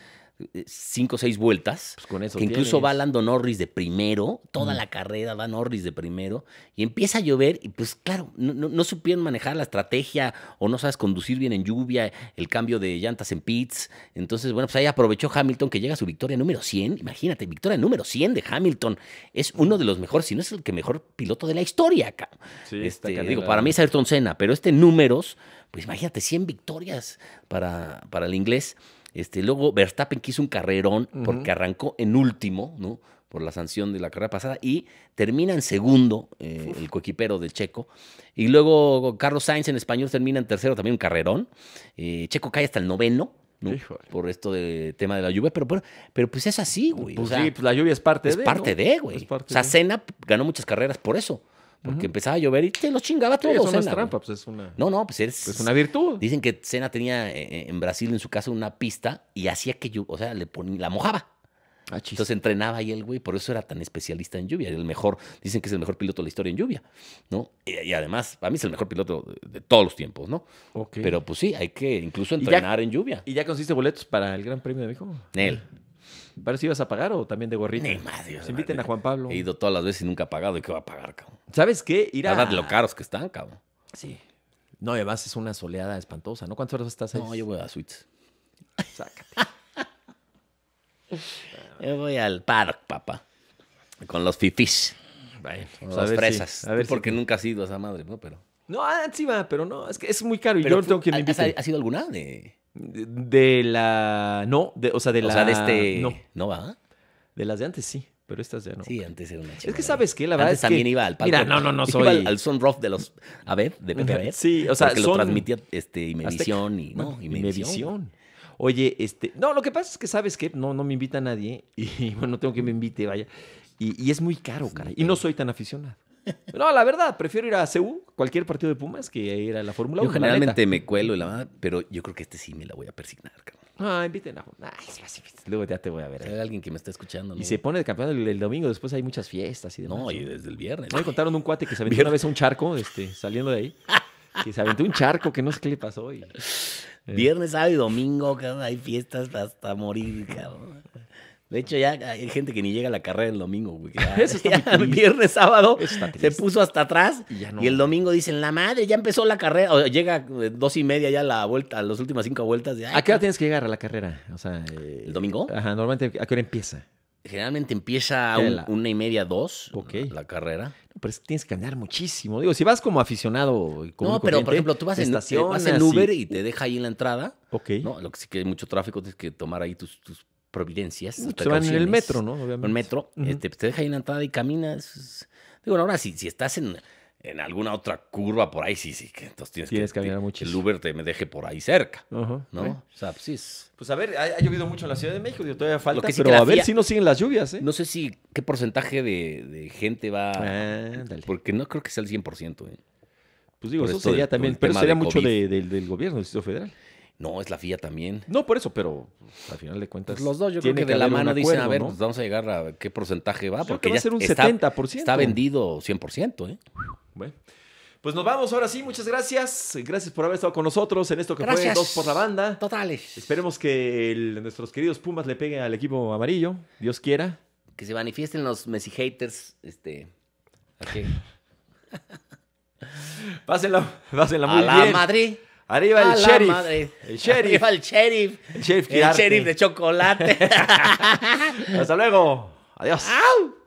eh, cinco o seis vueltas,
Pues con eso.
que incluso
tienes.
va Lando Norris de primero, toda
Mm.
la carrera va Norris de primero, y empieza a llover, y pues claro, no, no- no supieron manejar la estrategia, o no sabes conducir bien en lluvia, el cambio de llantas en pits. Entonces, bueno, pues ahí aprovechó Hamilton que llega a su victoria número 100. Imagínate, victoria número 100 de Hamilton. Es uno de los mejores, si no es el que mejor piloto de la historia, cabrón.
Sí, está
Este,
cañón,
digo,
la
para mí
verdad.
es Ayrton Senna, pero este números, pues imagínate, 100 victorias para, para el inglés. Este, luego Verstappen que hizo un carrerón
Ujú.
porque arrancó en último, ¿no? Por la sanción de la carrera pasada y termina en segundo eh, el coequipero de Checo. Y luego Carlos Sainz en español termina en tercero, también un carrerón. Eh, Checo cae hasta el noveno, ¿no?
Híjole.
Por esto de tema de la lluvia, pero, pero, pero, pues es así, güey. o
Pues
sea,
sí, pues la lluvia es parte
es
de.
parte
¿no?
de, güey.
Es parte
O sea,
de.
Senna ganó muchas carreras por eso. Porque
Ujú.
empezaba a llover y te lo chingaba
Sí,
todo.
eso no
Senna,
es
güey.
trampa, pues es una,
No, no, pues es.
pues una virtud.
Dicen que Senna tenía eh, en Brasil, en su casa, una pista y hacía que yo, o sea, le ponía, la mojaba.
Ah, chis.
Entonces entrenaba ahí el güey, por eso era tan especialista en lluvia. Era el mejor, dicen que es el mejor piloto de la historia en lluvia, ¿no? Y, y además, para mí es el mejor piloto de, de todos los tiempos, ¿no?
Ok.
Pero pues sí, hay que incluso
Y ya-
entrenar en lluvia.
¿Y ya consiste boletos para el Gran Premio de México?
Nel,
¿Para si ibas a pagar o también de gorrita?
Ni madre,
Se
madre.
inviten a Juan Pablo.
he ido todas las veces y nunca he pagado. ¿Y qué va a pagar, cabrón?
¿Sabes qué? Ir a...
Nada de lo caros que están, cabrón.
Sí. No, además es una soleada espantosa, ¿no? ¿Cuántas horas estás ahí?
No, yo voy a Suites.
Sácate.
Yo voy al park, papá. Con los fifís,
Bueno,
con
pues,
las
ver si-
fresas.
a ver
Tú porque
si-
nunca has ido a esa madre, ¿no? Pero...
No, ah, sí va, pero no, es que es muy caro y
Pero
yo no tengo quien me
¿has,
invite.
¿Has ido alguna de
De la. No, de, o sea, de
o
la.
sea, de este.
No,
No, va.
de las de antes sí, pero estas ya no.
Sí, antes era una
es
chingadera.
que sabes qué, la verdad
antes
es que.
también iba al palco.
Mira, no, no, no,
Iba
soy-
al, al Sunroof de los. A ver, de Pepe Aver,
Sí, o sea,
porque
son-
lo transmitía este, Imevisión y.
No,
No,
y Imevisión. Oye, este, no, lo que pasa es que sabes que no, no me invita nadie y bueno, tengo que me invite, vaya. Y, y es muy caro, caray. Y no soy tan aficionado. No, la verdad, prefiero ir a CU, cualquier partido de Pumas, que ir a la Fórmula 1.
Yo generalmente me cuelo y la verdad, pero yo creo que este sí me la voy a persignar, cabrón.
Ah, inviten a. Ay, es fácil, luego ya te voy a ver. ahí.
Hay alguien que me está escuchando. ¿no?
Y se pone de campeón el, el domingo, después hay muchas fiestas y demás.
No, y desde el viernes.
No, me contaron un cuate que se aventó una vez a un charco, este, saliendo de ahí. Que se aventó un charco, que no sé qué le pasó. y- Eh.
Viernes, sábado y domingo, cabrón, hay fiestas hasta morir, cabrón. De hecho, ya hay gente que ni llega a la carrera el domingo, güey. que ya-
Eso está muy
ya
triste.
viernes, sábado,
Eso está
Oh, se
triste.
puso hasta atrás
Y ya no.
y el domingo dicen, la madre, ya empezó la carrera. O llega eh, dos y media ya la vuelta, las últimas cinco vueltas. de, ay,
¿A qué hora tienes que llegar a la carrera? O sea, eh,
¿El domingo?
Ajá, normalmente, ¿a qué hora empieza?
Generalmente empieza a
Ya
un-
la-
una y media, dos,
Ok.
la carrera.
No, pero es- tienes que andar muchísimo. Digo, si vas como aficionado. y común y
no, pero por
corriente,
ejemplo, tú vas
te
en, te vas
estacionas
en Uber
y-
y te deja ahí en la entrada.
Ok.
No, lo que sí que hay mucho tráfico, tienes que tomar ahí tus, tus providencias. tus
se van en el
precauciones.
metro, ¿no? Obviamente.
un metro,
Ujú.
este, pues, te deja ahí en la entrada y caminas. Digo, ahora si, si estás en, en alguna otra curva por ahí, sí, sí, que entonces tienes,
Tienes que
que
caminar
que el
muchísimo.
Uber te me deje por ahí cerca,
Ajá. Eh.
¿no?
Bueno,
O sea, pues, sí es-
Pues a ver, ha, ha llovido mucho en la Ciudad de México, digo, todavía falta,
que sí
pero
que la
a ver
FIA-
si no siguen las lluvias, ¿eh?
No sé si qué porcentaje de, de gente va.
Ah, Ándale.
Porque no creo que sea el 100%. ¿eh?
Pues digo,
por
eso
esto del-
sería
por
también,
el
pero
tema
sería
de
mucho
COVID.
de- del- del gobierno, del Distrito Federal.
No, es la FIA también.
No, por eso, pero pues, al final de cuentas.
Pues los dos, yo creo
tiene
que, de la
haber un
mano dicen, a
acuerdo,
ver,
¿no? Pues
pues vamos a llegar a qué porcentaje va,
Yo creo
porque
que va
ya
a ser un
está,
70%.
está vendido 100%, ¿eh?
Bueno, Pues nos vamos ahora sí, muchas gracias. Gracias por haber estado con nosotros en esto que fue
Gracias.
Dos por la Banda.
Totales.
Esperemos que el- nuestros queridos Pumas le peguen al equipo amarillo, Dios quiera.
Que se manifiesten los Messi haters, este. aquí.
Pásenla, pásenla
a
muy
la
bien.
Madrid.
Arriba el
a la
sheriff.
madre.
El sheriff.
Arriba el sheriff.
El sheriff
El
Quirarte.
sheriff de Ah. chocolate.
Hasta luego. Adiós.
¡Au!